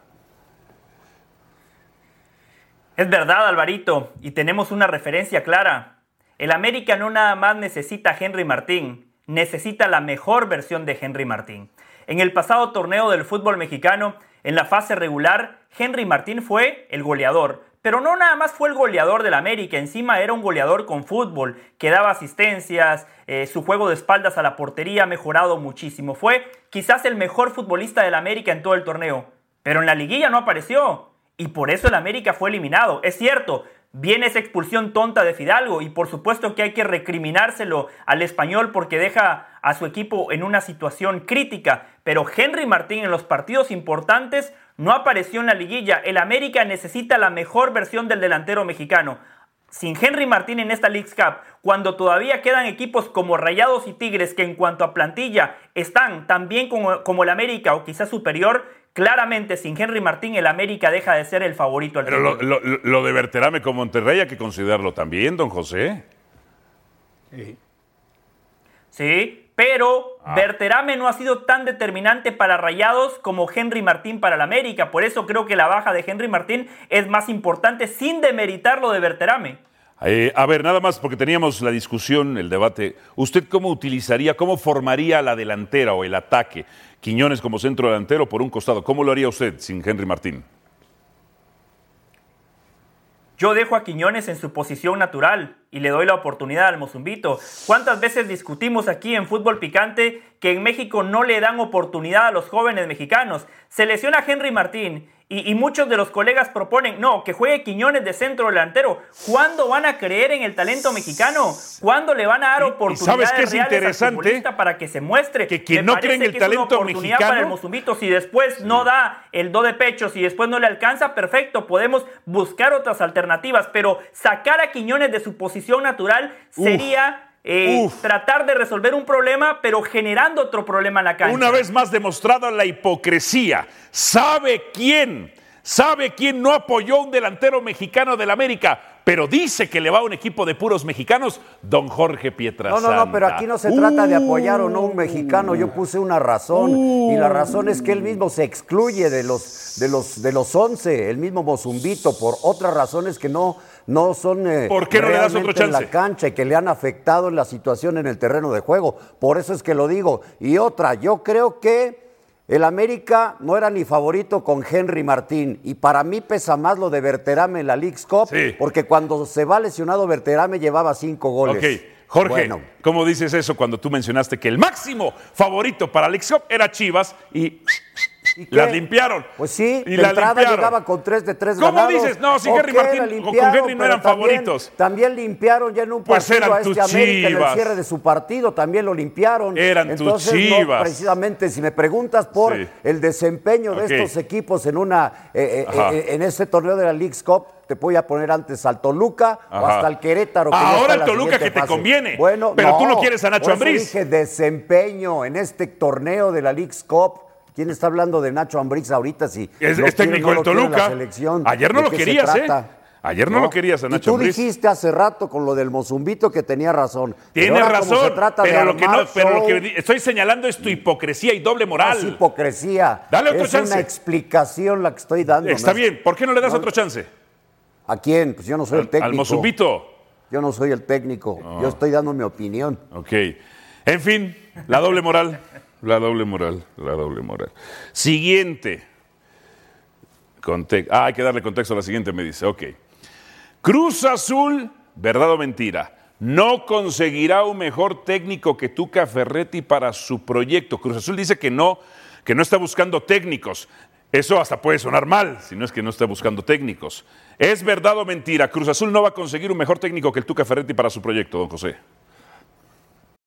Speaker 8: Es verdad, Alvarito, y tenemos una referencia clara. El América no nada más necesita a Henry Martín, necesita la mejor versión de Henry Martín. En el pasado torneo del fútbol mexicano, en la fase regular, Henry Martín fue el goleador. Pero no nada más fue el goleador del América, encima era un goleador con fútbol, que daba asistencias, eh, su juego de espaldas a la portería ha mejorado muchísimo. Fue quizás el mejor futbolista del América en todo el torneo. Pero en la liguilla no apareció. Y por eso el América fue eliminado. Es cierto, Viene esa expulsión tonta de Fidalgo y por supuesto que hay que recriminárselo al español porque deja a su equipo en una situación crítica, pero Henry Martín en los partidos importantes no apareció en la liguilla. El América necesita la mejor versión del delantero mexicano. Sin Henry Martín en esta League Cup, cuando todavía quedan equipos como Rayados y Tigres que en cuanto a plantilla están tan bien como, como el América o quizás superior, Claramente, sin Henry Martín, el América deja de ser el favorito al
Speaker 2: Pero lo, lo, lo de Berterame con Monterrey hay que considerarlo también, don José.
Speaker 8: Sí. Sí, pero
Speaker 2: Ah.
Speaker 8: Berterame no ha sido tan determinante para Rayados como Henry Martín para el América. Por eso creo que la baja de Henry Martín es más importante sin demeritar lo de Berterame.
Speaker 2: Eh, a ver, nada más, porque teníamos la discusión, el debate. ¿Usted cómo utilizaría, cómo formaría la delantera o el ataque? Quiñones como centro delantero por un costado. ¿Cómo lo haría usted sin Henry Martín?
Speaker 8: Yo dejo a Quiñones en su posición natural y le doy la oportunidad al Mozumbito. ¿Cuántas veces discutimos aquí en Fútbol Picante que en México no le dan oportunidad a los jóvenes mexicanos? Se lesiona Henry Martín y, y muchos de los colegas proponen, no, que juegue Quiñones de centro delantero. ¿Cuándo van a creer en el talento mexicano? ¿Cuándo le van a dar oportunidades
Speaker 2: sabes qué es
Speaker 8: reales al
Speaker 2: interesante?
Speaker 8: futbolista para que se muestre?
Speaker 2: Que quien
Speaker 8: Me
Speaker 2: no cree en
Speaker 8: parece
Speaker 2: el
Speaker 8: que es una
Speaker 2: talento
Speaker 8: oportunidad para el
Speaker 2: mexicano-
Speaker 8: Mozumbito, si después no da el do de pecho, si después no le alcanza, perfecto, podemos buscar otras alternativas, pero sacar a Quiñones de su posición natural sería eh,
Speaker 2: uf.
Speaker 8: tratar de resolver un problema, pero generando otro problema en la cancha.
Speaker 2: Una vez más demostrada la hipocresía. ¿Sabe quién? ¿Sabe quién no apoyó a un delantero mexicano del América? Pero dice que le va a un equipo de puros mexicanos, don Jorge
Speaker 4: No,
Speaker 2: Pietrasanta.
Speaker 4: no, no, pero aquí no se trata de apoyar o no
Speaker 2: Uh.
Speaker 4: a un mexicano. Yo puse una razón y la razón es que él mismo se excluye de los de los de los 11, el mismo Mozumbito por otras razones que no no son eh,
Speaker 2: ¿Por qué no le das
Speaker 4: realmente
Speaker 2: otro
Speaker 4: en la
Speaker 2: chance?
Speaker 4: cancha y que le han afectado en la situación en el terreno de juego. Por eso es que lo digo. Y otra, yo creo que el América no era ni favorito con Henry Martín y para mí pesa más lo de Berterame en la League's Cup
Speaker 2: Sí.
Speaker 4: porque cuando se va lesionado Berterame llevaba cinco goles.
Speaker 2: Ok, Jorge,
Speaker 4: Bueno.
Speaker 2: ¿cómo dices eso cuando tú mencionaste que el máximo favorito para Alex Cop era Chivas y,
Speaker 4: qué?
Speaker 2: las limpiaron?
Speaker 4: Pues sí,
Speaker 2: y
Speaker 4: de
Speaker 2: la
Speaker 4: entrada
Speaker 2: limpiaron.
Speaker 4: llegaba con tres de tres
Speaker 2: ¿Cómo
Speaker 4: ganados.
Speaker 2: dices? No, si
Speaker 4: Ok,
Speaker 2: Henry
Speaker 4: la
Speaker 2: Martín con- con
Speaker 4: limpiaron,
Speaker 2: Henry no
Speaker 4: pero
Speaker 2: eran
Speaker 4: también-
Speaker 2: favoritos.
Speaker 4: También limpiaron ya en un
Speaker 2: Pues
Speaker 4: partido
Speaker 2: eran
Speaker 4: a este
Speaker 2: tus
Speaker 4: América en
Speaker 2: Chivas.
Speaker 4: el cierre de su partido, también lo limpiaron.
Speaker 2: Eran tus
Speaker 4: Entonces, no,
Speaker 2: Chivas.
Speaker 4: precisamente, si me preguntas por
Speaker 2: Sí.
Speaker 4: el desempeño de
Speaker 2: Ok.
Speaker 4: estos equipos en una eh, eh,
Speaker 2: Ajá.
Speaker 4: eh, en este torneo de la League's Cup, te voy a poner antes al Toluca o
Speaker 2: Ajá.
Speaker 4: hasta al Querétaro. que ya
Speaker 2: Ahora
Speaker 4: está en
Speaker 2: el
Speaker 4: la
Speaker 2: Toluca
Speaker 4: siguiente
Speaker 2: que te
Speaker 4: fase.
Speaker 2: conviene, pero tú no quieres a Nacho
Speaker 4: por eso
Speaker 2: Ambriz.
Speaker 4: dije desempeño en este torneo de la League's Cup. ¿Quién está hablando de Nacho Ambriz ahorita? Si
Speaker 2: Es,
Speaker 4: lo
Speaker 2: es
Speaker 4: quiere,
Speaker 2: técnico
Speaker 4: no
Speaker 2: del
Speaker 4: lo quiere en la
Speaker 2: Toluca.
Speaker 4: selección.
Speaker 2: Ayer no
Speaker 4: ¿De
Speaker 2: lo
Speaker 4: qué se
Speaker 2: querías, ¿eh?
Speaker 4: trata?
Speaker 2: Ayer no, lo querías a
Speaker 4: Y tú
Speaker 2: Nacho Ambriz.
Speaker 4: dijiste hace rato con lo del Mozumbito que tenía razón. Pero
Speaker 2: Tiene
Speaker 4: ahora como
Speaker 2: razón,
Speaker 4: se trata de
Speaker 2: pero, lo que no-
Speaker 4: armar
Speaker 2: pero lo que
Speaker 4: show,
Speaker 2: di- estoy señalando es tu hipocresía y doble moral.
Speaker 4: Es hipocresía.
Speaker 2: Dale otro
Speaker 4: es
Speaker 2: chance.
Speaker 4: una explicación la que estoy dando.
Speaker 2: Está
Speaker 4: ¿no?
Speaker 2: bien, ¿por qué no le das
Speaker 4: No,
Speaker 2: otro chance?
Speaker 4: ¿A quién? Pues yo no soy el
Speaker 2: Al,
Speaker 4: técnico.
Speaker 2: al Mozumbito.
Speaker 4: Yo no soy el técnico. Yo estoy dando mi opinión.
Speaker 2: Ok. En fin, la doble moral. La doble moral, la doble moral. Siguiente. Conte- ah, hay que darle contexto a la siguiente, me dice. Ok. Cruz Azul, verdad o mentira, no conseguirá un mejor técnico que Tuca Ferretti para su proyecto. Cruz Azul dice que no, que no está buscando técnicos. Eso hasta puede sonar mal, si no es que no está buscando técnicos. ¿Es verdad o mentira? Cruz Azul no va a conseguir un mejor técnico que el Tuca Ferretti para su proyecto, don José.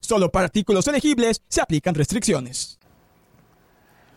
Speaker 9: Solo para artículos elegibles se aplican restricciones.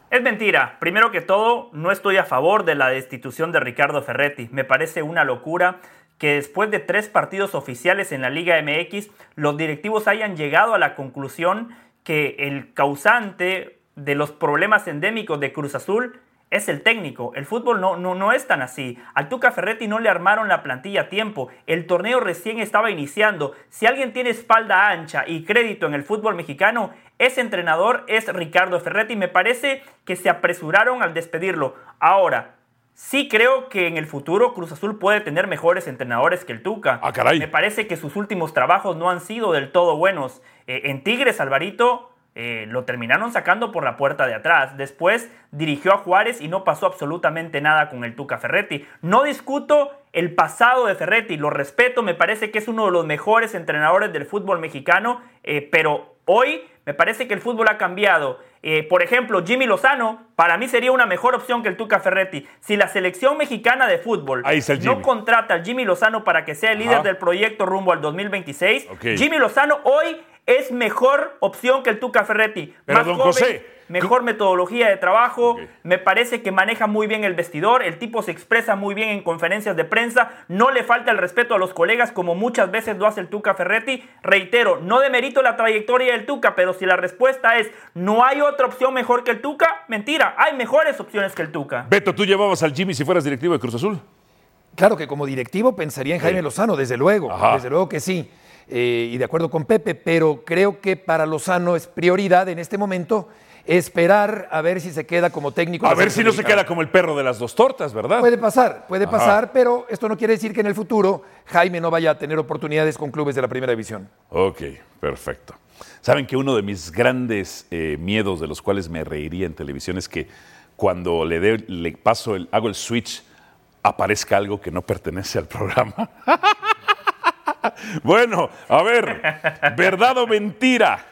Speaker 8: Es mentira. Primero que todo, no estoy a favor de la destitución de Ricardo Ferretti. Me parece una locura que después de tres partidos oficiales en la Liga MX, los directivos hayan llegado a la conclusión que el causante de los problemas endémicos de Cruz Azul es el técnico. El fútbol no, no, no es tan así. Al Tuca Ferretti no le armaron la plantilla a tiempo. El torneo recién estaba iniciando. Si alguien tiene espalda ancha y crédito en el fútbol mexicano, ese entrenador es Ricardo Ferretti. Me parece que se apresuraron al despedirlo. Ahora, sí creo que en el futuro Cruz Azul puede tener mejores entrenadores que el Tuca.
Speaker 2: Ah, caray.
Speaker 8: Me parece que sus últimos trabajos no han sido del todo buenos. Eh, en Tigres, Alvarito, eh, lo terminaron sacando por la puerta de atrás. Después dirigió a Juárez y no pasó absolutamente nada con el Tuca Ferretti. No discuto el pasado de Ferretti, lo respeto, me parece que es uno de los mejores entrenadores del fútbol mexicano, eh, pero hoy me parece que el fútbol ha cambiado. Eh, por ejemplo, Jimmy Lozano para mí sería una mejor opción que el Tuca Ferretti. Si la selección mexicana de fútbol
Speaker 2: Ahí está el
Speaker 8: no
Speaker 2: Jimmy.
Speaker 8: contrata al Jimmy Lozano para que sea el líder
Speaker 2: Ajá.
Speaker 8: del proyecto rumbo al 2026,
Speaker 2: Ok.
Speaker 8: Jimmy Lozano hoy es mejor opción que el Tuca Ferretti.
Speaker 2: Pero, don José,
Speaker 8: mejor metodología de trabajo, me parece que maneja muy bien el vestidor, el tipo se expresa muy bien en conferencias de prensa, no le falta el respeto a los colegas como muchas veces lo hace el Tuca Ferretti. Reitero, no demerito la trayectoria del Tuca, pero si la respuesta es no hay otra opción mejor que el Tuca, mentira, hay mejores opciones que el Tuca.
Speaker 2: Beto, ¿tú llevabas al Jimmy si fueras directivo de Cruz Azul?
Speaker 3: Claro que como directivo pensaría en Jaime Lozano, desde luego,
Speaker 2: Ajá.
Speaker 3: desde luego que sí, eh, y de acuerdo con Pepe, pero creo que para Lozano es prioridad en este momento esperar a ver si se queda como técnico. de
Speaker 2: A
Speaker 3: la
Speaker 2: ver si no se
Speaker 3: selección mexicana.
Speaker 2: queda como el perro de las dos tortas, ¿verdad?
Speaker 3: Puede pasar, puede
Speaker 2: Ajá.
Speaker 3: pasar, pero esto no quiere decir que en el futuro Jaime no vaya a tener oportunidades con clubes de la primera división.
Speaker 2: Ok, perfecto. Saben que uno de mis grandes eh, miedos de los cuales me reiría en televisión es que cuando le, dé- le paso el, hago el switch, aparezca algo que no pertenece al programa. bueno, a ver, verdad o mentira.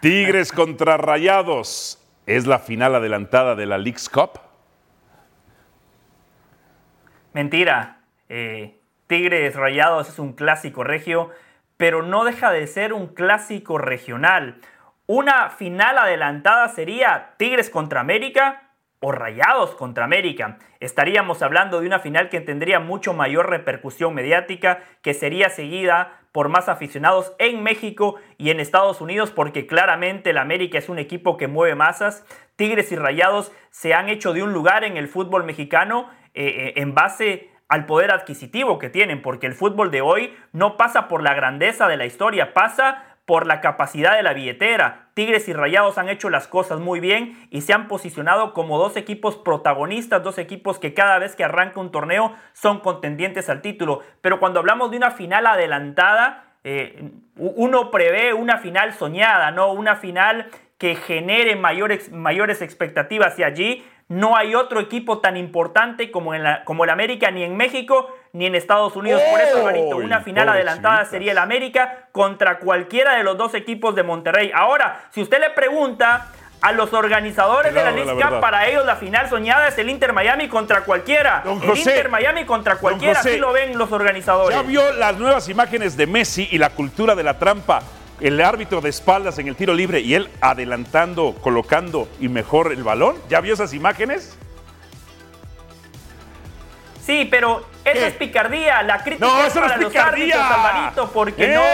Speaker 2: Tigres contra Rayados. ¿Es la final adelantada de la Leagues Cup?
Speaker 8: Mentira. Eh, Tigres Rayados es un clásico regio, pero no deja de ser un clásico regional. Una final adelantada sería Tigres contra América o Rayados contra América. Estaríamos hablando de una final que tendría mucho mayor repercusión mediática, que sería seguida por más aficionados en México y en Estados Unidos, porque claramente el América es un equipo que mueve masas. Tigres y Rayados se han hecho de un lugar en el fútbol mexicano eh, eh, en base al poder adquisitivo que tienen, porque el fútbol de hoy no pasa por la grandeza de la historia, pasa por la capacidad de la billetera. Tigres y Rayados han hecho las cosas muy bien y se han posicionado como dos equipos protagonistas, dos equipos que cada vez que arranca un torneo son contendientes al título. Pero cuando hablamos de una final adelantada, eh, u- uno prevé una final soñada, ¿no? Una final que genere mayores, mayores expectativas y allí no hay otro equipo tan importante como, en la- como el América ni en México ni en Estados Unidos. Por eso, Alvarito, una final adelantada sería el América contra cualquiera de los dos equipos de Monterrey. Ahora, si usted le pregunta a los organizadores de la
Speaker 2: Claro, la
Speaker 8: League
Speaker 2: verdad.
Speaker 8: Cup, para ellos la final soñada es el Inter Miami contra cualquiera.
Speaker 2: Don
Speaker 8: el
Speaker 2: José,
Speaker 8: Inter Miami contra cualquiera,
Speaker 2: José,
Speaker 8: así lo ven los organizadores.
Speaker 2: Ya vio las nuevas imágenes de Messi y la cultura de la trampa. El árbitro de espaldas en el tiro libre y él adelantando, colocando y mejor el balón. ¿Ya vio esas imágenes?
Speaker 8: Sí, pero esa
Speaker 2: ¿Qué?
Speaker 8: es picardía. La crítica
Speaker 2: No,
Speaker 8: es
Speaker 2: eso no
Speaker 8: para
Speaker 2: es
Speaker 8: los
Speaker 2: picardía.
Speaker 8: árbitros, Alvarito, porque
Speaker 2: ¿Eh?
Speaker 8: no,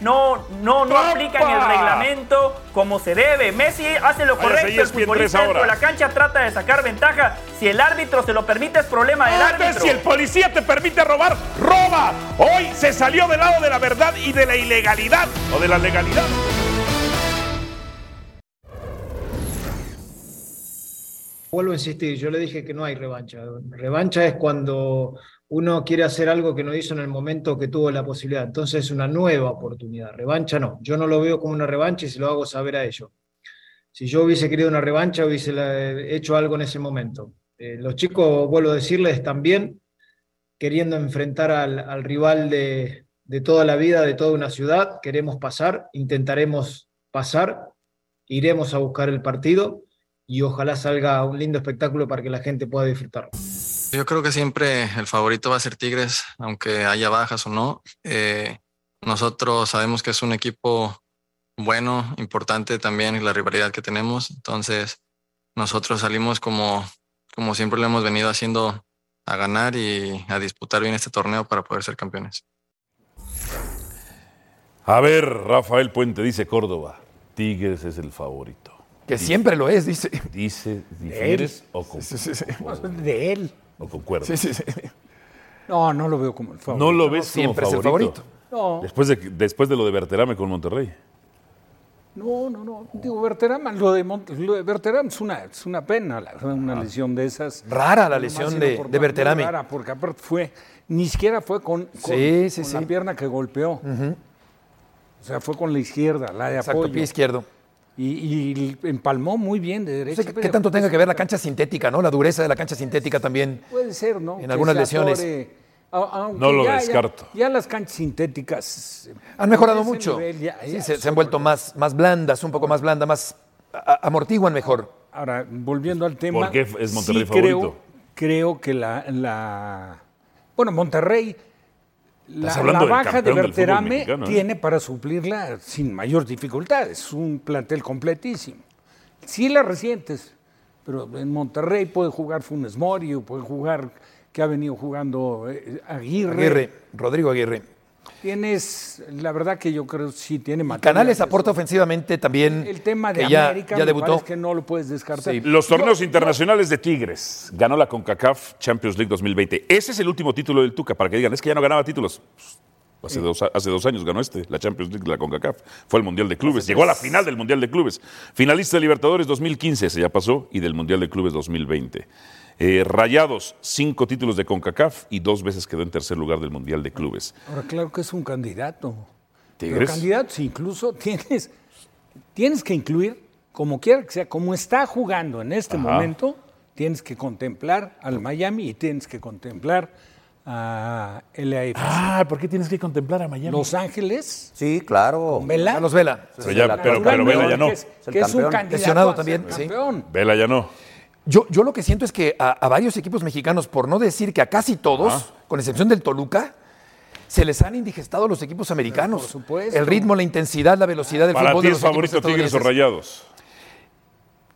Speaker 8: no, no, no
Speaker 2: ¡Trampa!
Speaker 8: aplican el reglamento como se debe. Messi hace lo
Speaker 2: Váyase
Speaker 8: correcto, el
Speaker 2: ESPN3
Speaker 8: futbolista dentro de
Speaker 2: ahora.
Speaker 8: la cancha trata de sacar ventaja. Si el árbitro se lo permite, es problema del
Speaker 2: Entonces,
Speaker 8: árbitro.
Speaker 2: si el policía te permite robar, roba. Hoy se salió del lado de la verdad y de la ilegalidad o de la legalidad.
Speaker 10: Vuelvo a insistir, yo le dije que no hay revancha. Revancha es cuando uno quiere hacer algo que no hizo en el momento que tuvo la posibilidad. Entonces es una nueva oportunidad. Revancha no. Yo no lo veo como una revancha y se lo hago saber a ellos. Si yo hubiese querido una revancha, hubiese la- hecho algo en ese momento. Eh, los chicos, vuelvo a decirles, también queriendo enfrentar al, al rival de, de toda la vida, de toda una ciudad, queremos pasar, intentaremos pasar, iremos a buscar el partido y ojalá salga un lindo espectáculo para que la gente pueda disfrutarlo.
Speaker 11: Yo creo que siempre el favorito va a ser Tigres, aunque haya bajas o no. Eh, nosotros sabemos que es un equipo bueno, importante también y la rivalidad que tenemos. Entonces, nosotros salimos como, como siempre lo hemos venido haciendo a ganar y a disputar bien este torneo para poder ser campeones.
Speaker 2: A ver, Rafael Puente dice Córdoba. Tigres es el favorito.
Speaker 3: Que siempre lo es, dice.
Speaker 2: Dice,
Speaker 5: De él.
Speaker 2: ¿difieres o con- o-
Speaker 5: De él.
Speaker 2: o concuerdas?
Speaker 5: No, no lo veo como el favorito.
Speaker 2: No lo ves como
Speaker 5: Siempre es el
Speaker 2: favorito.
Speaker 5: No.
Speaker 2: Después de, que- después de lo de Berterame con Monterrey.
Speaker 5: No, no, no. Digo, Berterán, lo de, Mont- lo de Berterán es una, es una pena, la verdad, una lesión de esas.
Speaker 3: Ah. Rara la
Speaker 5: Lo más
Speaker 3: lesión de-
Speaker 5: inoportuna,
Speaker 3: de Berterame.
Speaker 5: muy Rara, porque aparte fue, ni siquiera fue con, con-
Speaker 3: Sí, sí,
Speaker 5: con
Speaker 3: sí.
Speaker 5: la pierna que golpeó. O sea, fue con la izquierda, la de
Speaker 3: Exacto,
Speaker 5: apoyo.
Speaker 3: pie izquierdo.
Speaker 5: Y, y empalmó muy bien de
Speaker 3: No
Speaker 5: derecha. pues
Speaker 3: sé qué- qué tanto tenga que ver la cancha sintética, ¿no? La dureza de la cancha sintética también.
Speaker 5: Puede ser, ¿no?
Speaker 3: en
Speaker 5: Que
Speaker 3: algunas
Speaker 5: se
Speaker 3: lesiones.
Speaker 5: atore. A- aunque
Speaker 3: No lo
Speaker 5: ya- ya-
Speaker 3: descarto.
Speaker 5: Ya, las canchas sintéticas eh,
Speaker 3: Han mejorado
Speaker 5: ese
Speaker 3: mucho.
Speaker 5: nivel ya-
Speaker 3: Sí,
Speaker 5: ya
Speaker 3: se, se han vuelto más, más blandas, un poco más blandas, más a- a- amortiguan mejor.
Speaker 5: Ahora, volviendo al tema.
Speaker 2: ¿Por qué es Monterrey
Speaker 5: Creo,
Speaker 2: favorito?
Speaker 5: creo que la, la- Bueno, Monterrey. La,
Speaker 2: hablando
Speaker 5: la
Speaker 2: del
Speaker 5: baja de
Speaker 2: campeón del fútbol
Speaker 5: Berterame
Speaker 2: mexicano, ¿eh?
Speaker 5: tiene para suplirla sin mayor dificultad. Es un plantel completísimo. Sí la resientes, pero en Monterrey puede jugar Funes Mori o puede jugar que ha venido jugando eh, Aguirre.
Speaker 3: Aguirre, Rodrigo Aguirre.
Speaker 5: Tienes, la verdad que yo creo sí tiene material.
Speaker 3: Canales aporta ofensivamente también.
Speaker 5: El tema de
Speaker 3: que ya,
Speaker 5: América
Speaker 3: ya
Speaker 5: me
Speaker 3: debutó.
Speaker 5: parece que no lo puedes descartar.
Speaker 2: Sí. Los torneos internacionales de Tigres. Ganó la CONCACAF Champions League 2020. Ese es el último título del Tuca, para que digan, es que ya no ganaba títulos. Pues, Hace, dos, hace dos años ganó este, la Champions League de la CONCACAF. Fue al Mundial de Clubes. Llegó a la final del Mundial de Clubes. Finalista de Libertadores 2015, se ya pasó, y del Mundial de Clubes 2020. Eh, rayados, cinco títulos de CONCACAF y dos veces quedó en tercer lugar del Mundial de Clubes.
Speaker 5: Ahora, claro que es un candidato. Pero
Speaker 2: Tigres.
Speaker 5: candidatos incluso tienes, tienes que incluir, como quiera que sea, como está jugando en este
Speaker 2: Ajá.
Speaker 5: momento, tienes que contemplar al Miami y tienes que contemplar a LAFC.
Speaker 2: Ah, ¿por qué tienes que contemplar a Miami?
Speaker 5: Los Ángeles,
Speaker 4: Sí, claro.
Speaker 5: Vela.
Speaker 3: Carlos Vela.
Speaker 2: Pero ya- pero- pero Vela ya no.
Speaker 5: Que es, que es un candidato
Speaker 3: Lesionado
Speaker 5: a ser
Speaker 3: también, sí.
Speaker 5: campeón.
Speaker 2: Vela ya no.
Speaker 3: Yo, yo lo que siento es que a, a varios equipos mexicanos, por no decir que a casi todos,
Speaker 2: Ajá.
Speaker 3: con excepción del Toluca, se les han indigestado los equipos americanos.
Speaker 5: por supuesto.
Speaker 3: El ritmo, la intensidad, la velocidad del
Speaker 2: Para
Speaker 3: fútbol.
Speaker 2: ti
Speaker 3: de
Speaker 2: es
Speaker 3: los equipos
Speaker 2: favorito Tigres o
Speaker 3: estadounidenses.
Speaker 2: Rayados.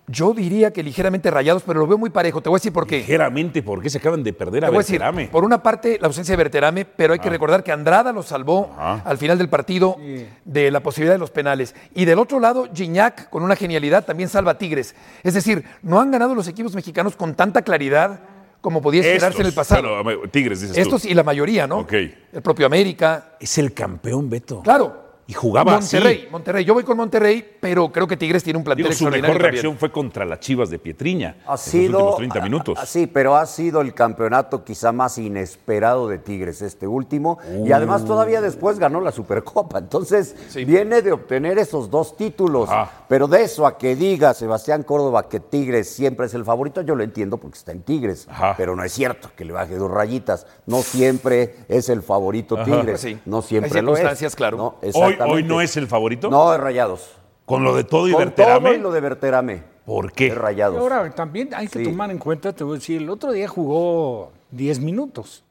Speaker 3: Yo diría que ligeramente rayados, pero lo veo muy parejo. Te voy a decir por qué.
Speaker 2: Ligeramente, porque se acaban de perder
Speaker 3: Te
Speaker 2: a
Speaker 3: voy a decir,
Speaker 2: Berterame. Ah.
Speaker 3: por una parte, la ausencia de Berterame, pero hay que recordar que Andrada lo salvó
Speaker 2: Ajá.
Speaker 3: al final del partido
Speaker 5: Sí.
Speaker 3: de la posibilidad de los penales. Y del otro lado, Gignac, con una genialidad, también salva a Tigres. Es decir, no han ganado los equipos mexicanos con tanta claridad como podía esperarse en el
Speaker 2: Estos,
Speaker 3: pasado.
Speaker 2: claro, a- Tigres, dices tú.
Speaker 3: Estos y la mayoría, ¿no?
Speaker 2: Ok.
Speaker 3: El propio América.
Speaker 2: Es el campeón, Beto.
Speaker 3: Claro.
Speaker 2: Y jugaba así.
Speaker 3: Monterrey, Monterrey. Yo voy con Monterrey, pero creo que Tigres tiene un plantel
Speaker 2: Digo, su
Speaker 3: extraordinario
Speaker 2: mejor
Speaker 3: también.
Speaker 2: reacción fue contra las Chivas de Pietriña.
Speaker 4: Ha
Speaker 2: en los
Speaker 4: sido.
Speaker 2: últimos 30 minutos.
Speaker 4: a- a- Sí, pero ha sido el campeonato quizá más inesperado de Tigres, este último. Y
Speaker 2: Uh.
Speaker 4: además, todavía después ganó la Supercopa. Entonces, viene de obtener esos dos títulos.
Speaker 2: Ajá.
Speaker 4: Pero de eso a que diga Sebastián Córdoba que Tigres siempre es el favorito, yo lo entiendo porque está en Tigres.
Speaker 2: Ajá.
Speaker 4: Pero no es cierto que le baje dos rayitas. No siempre es el favorito Tigres.
Speaker 3: Sí.
Speaker 4: No siempre
Speaker 3: Hay
Speaker 4: lo es.
Speaker 3: circunstancias, claro.
Speaker 4: No,
Speaker 2: hoy,
Speaker 4: exactamente.
Speaker 2: hoy no es el favorito.
Speaker 4: No, es rayados.
Speaker 2: Con lo de todo y
Speaker 4: Con
Speaker 2: Berterame.
Speaker 4: todo y lo de Berterame.
Speaker 2: ¿Por
Speaker 4: Es
Speaker 2: qué?
Speaker 4: rayados.
Speaker 5: Y ahora también hay que
Speaker 4: Sí.
Speaker 5: tomar en cuenta, te voy a decir, el otro día jugó 10 minutos,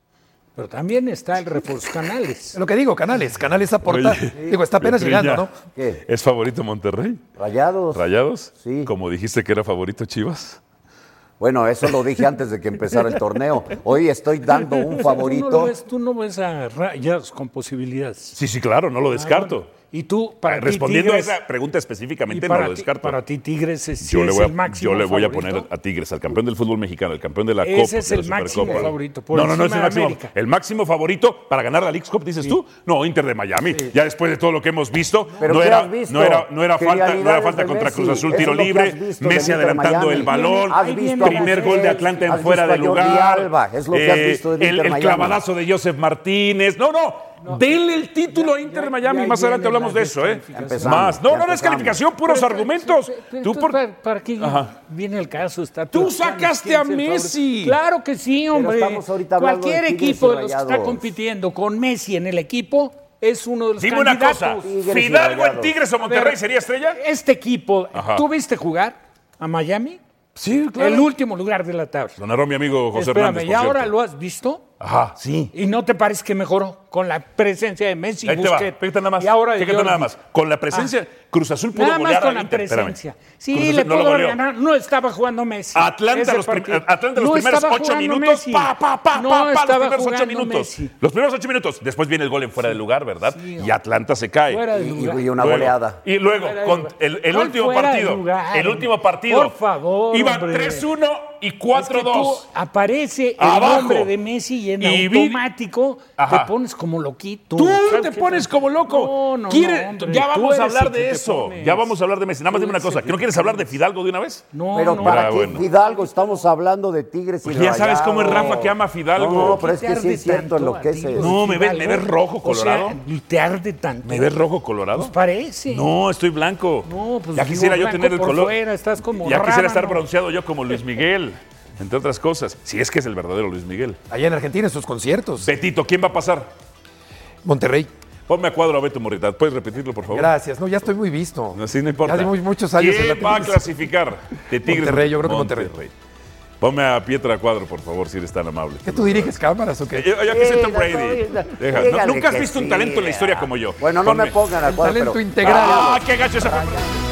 Speaker 5: pero también está el refuerzo Canales.
Speaker 3: Es Lo que digo, Canales. Canales aporta. digo, está apenas
Speaker 2: Pietriña.
Speaker 3: llegando, ¿no?
Speaker 4: ¿Qué?
Speaker 2: ¿Es favorito Monterrey?
Speaker 4: Rayados.
Speaker 2: ¿Rayados?
Speaker 4: Sí.
Speaker 2: Como dijiste que era favorito Chivas.
Speaker 4: Bueno, eso lo dije antes de que empezara el torneo. Hoy estoy dando un
Speaker 5: Tú no, lo
Speaker 4: favorito.
Speaker 5: ves, tú no ves a Rayados con posibilidades.
Speaker 2: Sí, sí, claro, no lo
Speaker 3: Ah,
Speaker 2: descarto.
Speaker 5: Y tú, para ti,
Speaker 2: Respondiendo
Speaker 5: Tigres-
Speaker 2: a esa pregunta
Speaker 5: y
Speaker 2: específicamente, no
Speaker 5: para
Speaker 2: lo
Speaker 5: ti-
Speaker 2: descarto.
Speaker 5: Para ti, Tigres es, sí
Speaker 2: yo le
Speaker 5: es
Speaker 2: voy, a,
Speaker 5: el máximo
Speaker 2: yo le voy a
Speaker 5: favorito.
Speaker 2: poner a Tigres, al campeón del fútbol mexicano, al campeón de la
Speaker 5: Ese
Speaker 2: Copa.
Speaker 5: es
Speaker 2: de la
Speaker 5: el máximo
Speaker 2: Supercopa.
Speaker 5: favorito, por
Speaker 2: no, no, no es
Speaker 5: encima
Speaker 2: el
Speaker 5: de
Speaker 2: máximo.
Speaker 5: América.
Speaker 2: El máximo favorito para ganar la League's Cup, dices tú. No, Inter de Miami. Ya después de todo lo que hemos visto,
Speaker 4: Pero
Speaker 2: no,
Speaker 4: ¿qué
Speaker 2: era,
Speaker 4: has visto?
Speaker 2: no era, no era falta, no era
Speaker 4: Genialidades
Speaker 2: falta
Speaker 4: de
Speaker 2: contra
Speaker 4: Messi.
Speaker 2: Cruz Azul,
Speaker 4: Eso
Speaker 2: tiro
Speaker 4: es lo que
Speaker 2: libre,
Speaker 4: has visto del
Speaker 2: Messi
Speaker 4: Inter
Speaker 2: adelantando
Speaker 4: Miami.
Speaker 2: el balón,
Speaker 4: Has visto a
Speaker 2: primer
Speaker 4: Messi,
Speaker 2: gol de Atlanta en
Speaker 4: has
Speaker 2: fuera
Speaker 4: visto
Speaker 2: de
Speaker 4: a Jordi
Speaker 2: lugar, Eh,
Speaker 4: Alba, es lo que has visto del
Speaker 2: el,
Speaker 4: Inter
Speaker 2: el
Speaker 4: Miami.
Speaker 2: clavadazo de Joseph Martínez. No, no. Denle el título a Inter de Miami.
Speaker 5: ya
Speaker 2: Más adelante
Speaker 5: vienen
Speaker 2: hablamos de
Speaker 5: las
Speaker 2: eso, ¿eh?
Speaker 4: descalificaciones.
Speaker 2: Más.
Speaker 4: Ya
Speaker 2: No, no, no es
Speaker 4: empezamos.
Speaker 2: calificación, puros
Speaker 5: Pero,
Speaker 2: argumentos.
Speaker 5: pero, pero,
Speaker 2: Tú
Speaker 5: tú,
Speaker 2: por.
Speaker 5: ¿para, para qué viene el caso? Está
Speaker 2: Tú
Speaker 5: planteando
Speaker 2: sacaste
Speaker 5: quién
Speaker 2: a
Speaker 5: es el favorito?
Speaker 2: Messi.
Speaker 5: Claro que sí, hombre.
Speaker 4: estamos ahorita hablando
Speaker 5: Cualquier
Speaker 4: de Tigres
Speaker 5: equipo
Speaker 4: y
Speaker 5: de los que está
Speaker 4: Rayados.
Speaker 5: compitiendo con Messi en el equipo es uno de los
Speaker 2: Dime una
Speaker 5: candidatos.
Speaker 2: cosa.
Speaker 4: Tigres y
Speaker 2: ¿Fidalgo en
Speaker 4: Rayados.
Speaker 2: Tigres o
Speaker 5: ver,
Speaker 2: Monterrey sería estrella?
Speaker 5: Este equipo,
Speaker 2: Ajá.
Speaker 5: ¿tú viste jugar a Miami?
Speaker 2: Sí,
Speaker 5: El último lugar de la tabla.
Speaker 2: Donaron mi amigo José
Speaker 5: Espérame,
Speaker 2: Hernández.
Speaker 5: ¿y
Speaker 2: por
Speaker 5: ahora
Speaker 2: cierto.
Speaker 5: lo has visto?
Speaker 2: Ajá, sí.
Speaker 5: ¿Y no te parece que mejoró? con la presencia de Messi.
Speaker 2: Ahí te va,
Speaker 5: Busquets.
Speaker 2: fíjate nada más.
Speaker 5: Y ahora de
Speaker 2: fíjate nada
Speaker 5: Jordi.
Speaker 2: más. Con la presencia,
Speaker 5: Ah.
Speaker 2: Cruz Azul pudo
Speaker 5: Nada más
Speaker 2: golear
Speaker 5: con
Speaker 2: al
Speaker 5: la
Speaker 2: Inter, espérame.
Speaker 5: presencia.
Speaker 2: Cruz
Speaker 5: Sí,
Speaker 2: Azul
Speaker 5: le
Speaker 2: no lo
Speaker 5: pudo
Speaker 2: goleó.
Speaker 5: ganar. No estaba jugando Messi.
Speaker 2: Atlanta,
Speaker 5: Ese
Speaker 2: los, prim-
Speaker 5: partido.
Speaker 2: Atlanta los
Speaker 5: No
Speaker 2: primeros
Speaker 5: estaba
Speaker 2: ocho
Speaker 5: jugando
Speaker 2: minutos.
Speaker 5: Messi.
Speaker 2: Pa, pa, pa,
Speaker 5: No
Speaker 2: pa, pa, los
Speaker 5: estaba
Speaker 2: primeros ocho
Speaker 5: jugando
Speaker 2: minutos.
Speaker 5: Messi.
Speaker 2: Los primeros ocho minutos. Después viene el gol en fuera de lugar, ¿verdad? y Atlanta se cae.
Speaker 5: Fuera de Y- lugar. y
Speaker 4: una
Speaker 2: Luego-
Speaker 4: goleada.
Speaker 2: Y luego,
Speaker 5: Fuera de
Speaker 2: con
Speaker 5: lugar.
Speaker 2: el, el
Speaker 5: ¿Cuál
Speaker 2: último
Speaker 5: fuera de
Speaker 2: partido.
Speaker 5: lugar?
Speaker 2: el último partido.
Speaker 5: Por favor,
Speaker 2: Iban
Speaker 5: hombre.
Speaker 2: 3-1 y
Speaker 5: Es que tú
Speaker 2: 4-2.
Speaker 5: aparece el
Speaker 2: Abajo.
Speaker 5: nombre de Messi y en
Speaker 2: Y vi-
Speaker 5: automático
Speaker 2: Ajá.
Speaker 5: te pones como loquito.
Speaker 2: Tú
Speaker 5: ¿Sabes
Speaker 2: te
Speaker 5: qué?
Speaker 2: pones como loco.
Speaker 5: No, no,
Speaker 2: Quiere-
Speaker 5: no, hombre,
Speaker 2: ya
Speaker 5: tú
Speaker 2: vamos a
Speaker 5: eres
Speaker 2: hablar
Speaker 5: el que
Speaker 2: de
Speaker 5: te
Speaker 2: eso.
Speaker 5: pones.
Speaker 2: Ya vamos a hablar de Messi. Nada más
Speaker 5: Tú
Speaker 2: dime una
Speaker 5: eres el
Speaker 2: cosa.
Speaker 5: que
Speaker 2: ¿Que ¿No
Speaker 5: te
Speaker 2: quieres hablar de Fidalgo de una vez?
Speaker 5: No,
Speaker 4: Pero
Speaker 5: no,
Speaker 2: Ah,
Speaker 4: para qué
Speaker 2: bueno.
Speaker 4: Fidalgo, estamos hablando de Tigres y
Speaker 2: Pues ya sabes cómo es
Speaker 4: Rayados.
Speaker 2: Rafa que ama a Fidalgo.
Speaker 4: No, pero es
Speaker 5: te
Speaker 4: que sí
Speaker 5: arde
Speaker 4: es cierto
Speaker 5: tanto
Speaker 4: lo
Speaker 5: a
Speaker 4: que
Speaker 5: ti,
Speaker 4: es.
Speaker 5: pues,
Speaker 2: No, me ves-
Speaker 5: Fidalgo?
Speaker 2: me ves rojo,
Speaker 5: O sea, eh,
Speaker 2: colorado.
Speaker 5: te arde tanto.
Speaker 2: ¿Me ves rojo colorado?
Speaker 5: Pues parece.
Speaker 2: No, estoy blanco.
Speaker 5: No, pues
Speaker 2: ya
Speaker 5: digo,
Speaker 2: quisiera yo
Speaker 5: blanco
Speaker 2: tener el
Speaker 5: por
Speaker 2: color.
Speaker 5: fuera, estás como
Speaker 2: ya quisiera
Speaker 5: rábano.
Speaker 2: estar bronceado yo como Luis Miguel, entre otras cosas. Si es que es el verdadero Luis Miguel.
Speaker 3: Allá en Argentina, esos conciertos.
Speaker 2: Betito, ¿quién va a pasar?
Speaker 3: Monterrey.
Speaker 2: Ponme a cuadro a Beto Morrita. ¿Puedes repetirlo, por favor?
Speaker 3: Gracias. No, ya estoy muy visto.
Speaker 2: No, sí, no importa.
Speaker 3: Ya llevo muchos años en la
Speaker 2: ¿Quién va a
Speaker 3: televisión.
Speaker 2: clasificar? De Tigres.
Speaker 3: Monterrey, yo creo que Monterrey.
Speaker 2: Ponme a Pietra Cuadro, por favor, si eres tan amable.
Speaker 3: ¿Qué tú diriges cámaras o qué?
Speaker 2: Yo, yo aquí soy Tom
Speaker 4: Sí,
Speaker 2: Brady.
Speaker 4: no, no,
Speaker 2: Deja, ¿no?
Speaker 4: dígale
Speaker 2: Nunca has
Speaker 4: que
Speaker 2: visto un
Speaker 4: sí.
Speaker 2: talento en la historia como yo.
Speaker 4: Bueno, no
Speaker 2: Ponme-
Speaker 4: me pongan al
Speaker 3: El
Speaker 4: cuadro,
Speaker 3: talento
Speaker 4: pero-
Speaker 3: integral.
Speaker 2: ¡Ah, qué gacho esa fue!